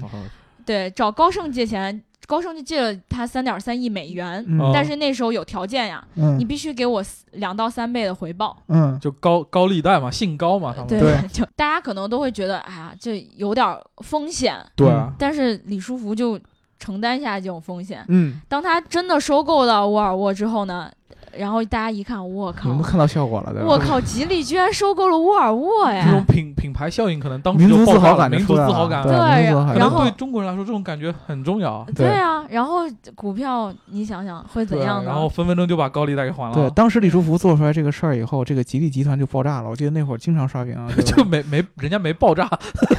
S1: 对，找高盛借钱，高盛就借了他三点三亿美元，
S2: 嗯
S3: 哦
S1: 但是那时候有条件呀，
S2: 嗯
S1: 你必须给我四两到三倍的回报。
S2: 嗯
S3: 就高高利贷嘛，姓高嘛，他们
S1: 对，
S2: 哦对
S1: 就大家可能都会觉得，哎呀，这有点儿风险，
S3: 对啊
S1: 但是李书福就承担下这种风险。
S2: 嗯，
S1: 当他真的收购到沃尔沃之后呢，然后大家一看，我
S2: 你们
S1: 靠
S2: 都，看到效果了，对吧？
S1: 我靠，吉利居然收购了沃尔沃
S3: 这种
S1: 呀！
S3: 品品牌效应可能当时
S2: 嗯民
S3: 就
S2: 族自
S3: 爆
S2: 豪
S3: 发了，
S2: 感就
S3: 民
S2: 出
S3: 族
S2: 来
S3: 自
S2: 了，
S3: 豪感，
S1: 对
S2: 民族自豪
S3: 可
S2: 感，
S1: 然
S3: 能
S1: 后
S3: 对中国人来说这种感觉很重要。
S2: 对
S1: 啊，然后股票你想想会怎
S3: 对啊
S1: 样呢？
S3: 然后分分钟就把高利贷给还
S2: 对，
S3: 了，
S2: 当时李书福做出来这个事儿以后，这个吉利集团就爆炸了。我记得那会儿经常刷 屏啊，
S3: 就没没人家没 爆炸，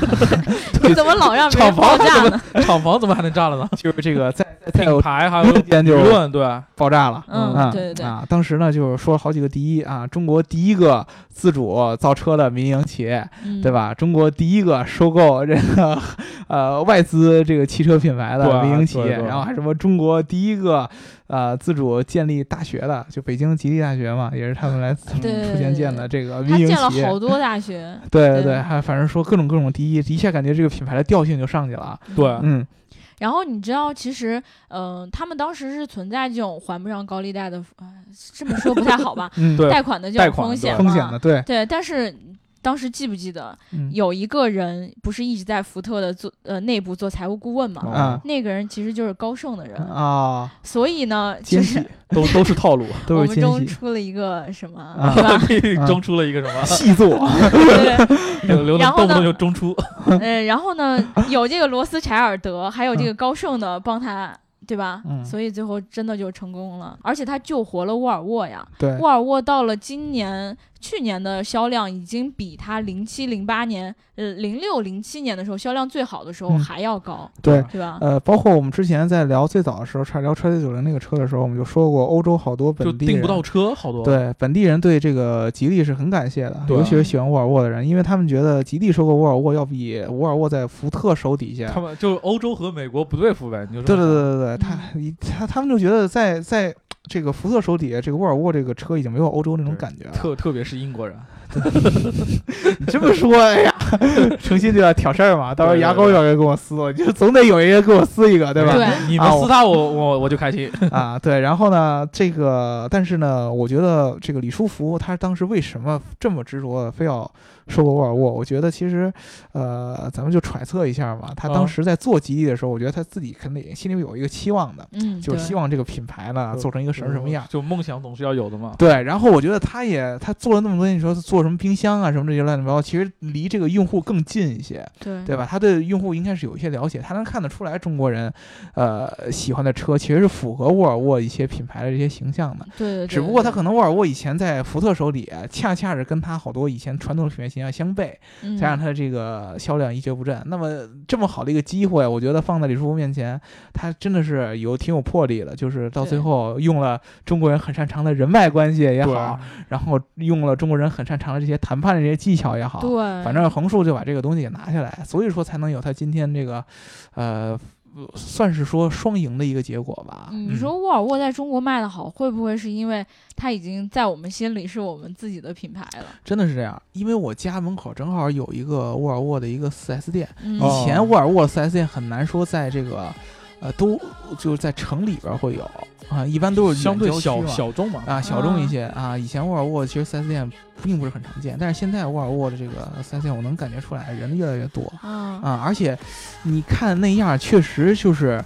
S1: 怎么老让别
S3: 厂
S1: 人
S3: 房
S1: 爆炸
S3: 怎
S1: 呢
S3: 么？厂房怎么还能炸了呢？
S2: 就是这个在在
S3: 品
S2: 有
S3: 牌还有
S2: 瞬间
S3: 舆
S2: 就
S3: 论，对，啊
S2: 爆炸了。
S1: 嗯
S2: 嗯，
S1: 对对对
S2: 啊，当时呢就是说了好几个第一啊，中国第一个自主造车的民营企业，
S1: 嗯
S2: 对？吧？中国第一个收购这个呃外资这个汽车品牌
S3: 对
S2: 的
S3: 啊
S2: 民营企业，
S3: 对对
S2: 然后还什么中国第一个呃自主建立大学的，就北京吉利大学嘛，也是他们来出
S1: 对对
S2: 钱建的这个
S1: 他
S2: 民营
S1: 建了
S2: 企业
S1: 好。多大学，
S2: 对对
S1: 对
S2: 对，还反正说各种各种第一，一下感觉这个品牌的调性就上去了。
S3: 对啊
S2: 嗯，？
S1: 然后你知道，其实，嗯、他们当时是存在这种还不上高利贷的，呃这么说不太好吧
S2: 嗯，
S3: 对
S1: 贷款的这
S3: 贷
S1: 种
S3: 款
S1: 风险嘛，
S2: 风险的，对，
S1: 对，但是当时记不记得
S2: 嗯
S1: 有一个人不是一直在福特的做呃内部做财务顾问嘛？
S3: 哦
S2: 啊
S1: 那个人其实就是高盛的人，
S2: 啊，
S1: 所以呢，就
S2: 奸
S1: 是
S2: 细
S3: 都都是套路，
S1: 我
S2: 都是
S1: 们中
S2: 奸细，
S1: 出了一个什么，
S2: 啊
S1: 对 吧？
S3: 中出了一个什么？
S2: 细 作
S1: 对，
S3: 刘刘
S1: 然
S3: 能
S1: 后呢
S3: 动不动就中出，
S1: 呃，然后呢，有这个罗斯柴尔德，还有这个高盛的帮他，对吧？
S2: 嗯
S1: 所以最后真的就成功了，而且他救活了沃尔沃呀。
S2: 对，
S1: 沃尔沃到了今年、去年的销量已经比它零七、零八年、呃零六、零七年的时候销量最好的时候
S2: 嗯
S1: 还要高，
S2: 对
S1: 对吧？
S3: 啊
S2: 呃，包括我们之前在聊最早的时候，差聊车九零那个车的时候，我们就说过，欧洲好多
S3: 就
S2: 本地
S3: 订
S2: 人
S3: 不到车，好多。
S2: 对本地人对这个吉利是很感谢的，
S3: 对啊
S2: 尤其是喜欢沃尔沃的人，因为他们觉得吉利收购沃尔沃要比沃尔沃在福特手底下
S3: 他，们嗯就是欧洲和美国不对付呗，你就
S2: 对
S3: 说
S2: 对对对对，他他他们就觉得在在这个福特手底下，这个沃尔沃这个车已经没有欧洲那种
S3: 对
S2: 感觉了。
S3: 特特别是英国人，
S2: 你这么说，哎 呀，诚心就要挑事儿嘛，到时候牙膏有人给我撕了，你就总得有一个人给我撕一个，对吧？
S1: 对
S3: 哎你们撕他，我我我就开心。
S2: 啊，对。然后呢，这个，但是呢，我觉得这个李书福他当时为什么这么执着，非要收购沃尔沃？我觉得其实，呃，咱们就揣测一下嘛，他
S3: 嗯
S2: 当时在做吉利的时候，我觉得他自己肯定心里有一个期望的，
S1: 嗯，
S2: 就是
S1: 对
S2: 希望这个品牌呢
S3: 对
S2: 做成一个什么什么样。
S3: 就梦想总是要有的嘛。
S2: 对，然后我觉得他也他做了那么多，你说做什么冰箱啊什么这些乱七八糟，其实离这个用户更近一些。
S1: 对
S2: 对吧？他对用户应该是有一些了解，他能看得出来中国人，呃，喜欢的车其实是符合沃尔沃一些品牌的这些形象的。
S1: 对对，
S2: 只不过他
S1: 能
S2: 可能沃尔沃以前在福特手里，恰恰是跟他好多以前传统的品牌形象相悖，
S1: 嗯
S2: 才让他这个销量一蹶不振。那么这么好的一个机会，我觉得放在李书福面前，他真的是有挺有魄力的。就是到最
S1: 对
S2: 后用了中国人很擅长的人脉关系也
S3: 对，啊
S2: 好，然后用了中国人很擅长的这些谈判的这些技巧也好，
S1: 对，
S2: 反正横竖就把这个东西给拿下来，所以说才能有他今天这个，呃，算是说双赢的一个结果吧。
S1: 嗯
S2: 嗯
S1: 你说沃尔沃在中国卖的好，会不会是因为它已经在我们心里是我们自己的品牌了？
S2: 真的是这样，因为我家门口正好有一个沃尔沃的一个 4S 店，
S1: 嗯，
S2: 以前沃尔沃 4S 店很难说在这个，呃，都就是在城里边会有啊，一般都是远
S3: 相对
S2: 郊区
S3: 小
S2: 嘛
S3: 小众嘛。
S2: 啊小众一些
S1: 嗯
S2: 啊。以前沃尔沃其实 4S 店并不是很常见，但是现在沃尔沃的这个 4S 店，我能感觉出来人越来越多。
S1: 啊，
S2: 啊，而且你看那样，确实就是，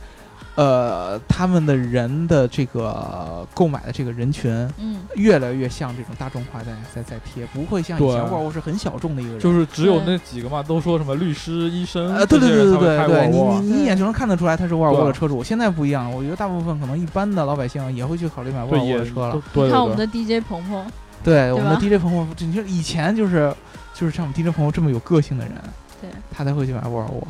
S2: 呃，他们的人的这个购买的这个人群
S1: 嗯，
S2: 越来越像这种大众化在在在贴，不会像以
S3: 对
S2: 前沃尔沃是很小众的一个人。
S3: 就是嗯只有那几个嘛，都说什么律师、医生，
S2: 呃，对对对对对对，你
S3: 我
S2: 你你一眼就能看得出来他是沃尔沃的
S3: 啊对啊
S2: 车主。现在不一样了，我觉得大部分可能一般的老百姓也会去考虑买沃
S3: 啊对
S2: 尔沃
S3: 也
S2: 的车了
S3: 都。对
S1: 看我
S3: 对
S1: 们
S3: 对，
S1: 的 DJ 鹏鹏，
S2: 对，我们的
S1: 吧
S2: DJ 朋友，你说以前就是就是像我们 DJ 朋友这么有个性的人，
S1: 对
S2: 他才会去买沃尔沃。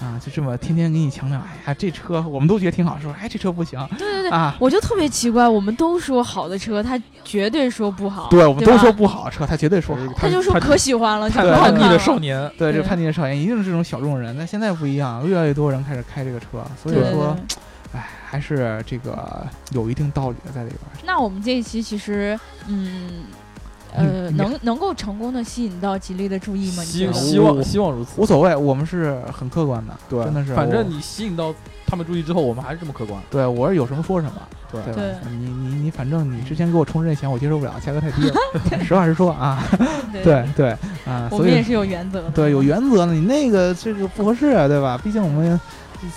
S2: 啊，就这么天天给你强调，哎呀，这车我们都觉得挺好，说哎这车不行
S1: 对对对，
S2: 啊，
S1: 我就特别奇怪，我们都说好的车，他绝对说不好，
S2: 对，我们都
S1: 吧
S2: 说，不好的车，他绝对说好。
S1: 他就说可喜欢了，就
S3: 叛
S1: 不好
S3: 叛
S1: 看
S3: 逆
S1: 了
S3: 的少年，
S2: 对，这
S1: 对啊
S2: 叛逆的少年一定是这种小众人，但现在不一样，越来越多人开始开这个车，所以
S1: 对对
S2: 说，
S1: 对
S2: 哎，还是这个有一定道理的在里边儿。
S1: 那我们这一期其实，嗯。呃，
S2: 嗯
S1: 能能够成功的吸引到吉利的注意吗？你觉
S3: 希
S1: 得？
S3: 希望希望如此
S2: 无。所谓，我们是很客观的，
S3: 对，
S2: 哦真的是我，哦
S3: 反正你吸引到他们注意之后，我们还是这么客观。
S2: 对我是有什么说什么，
S3: 对
S2: 对吧？
S1: 对
S2: 你你你，反正你之前给我充这钱，我接受不了，价格太 低了。实话实说啊，对对啊，
S1: 我
S2: 所
S1: 们也
S2: 以
S1: 是有原则的。
S2: 对有原则呢，你那个这个不合适，啊，对吧？毕竟我们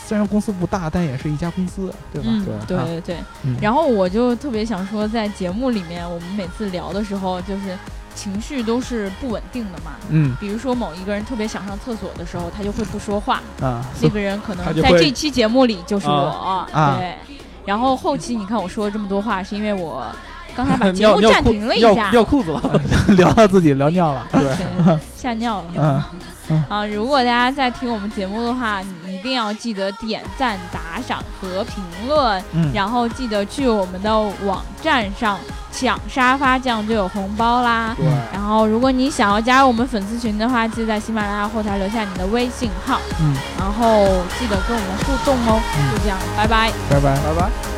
S2: 虽然公司不大，但也是一家公司，对吧？
S1: 嗯，
S3: 对
S1: 对
S2: 啊
S1: 对对。
S2: 嗯
S1: 然后我就特别想说，在节目里面，我们每次聊的时候，就是情绪都是不稳定的嘛。
S2: 嗯
S1: 比如说某一个人特别想上厕所的时候，他就会不说话，
S2: 啊，
S1: 这个人可能
S3: 他就
S1: 在
S3: 会
S1: 这期节目里就是我，
S2: 啊
S1: 对。然后后期你看我说了这么多话，是因为我刚 才把节
S3: 哎尿
S1: 目
S3: 尿
S1: 暂
S3: 裤
S1: 停了一
S3: 尿
S1: 下，
S3: 尿裤 子了，
S2: 聊到自己聊尿了，
S3: 对，
S1: 对吓尿了。
S2: 嗯，
S1: 啊，如果大家在听我们节目的话，你一定要记得点赞、打赏和评论，
S2: 嗯
S1: 然后记得去我们的网站上抢沙发，这样就有红包啦。
S3: 对，
S1: 然后，如果你想要加入我们粉丝群的话，记得在喜马拉雅后台留下你的微信号，
S2: 嗯，
S1: 然后记得跟我们互动哦。就这样，拜拜。
S2: 拜拜。
S3: 拜拜。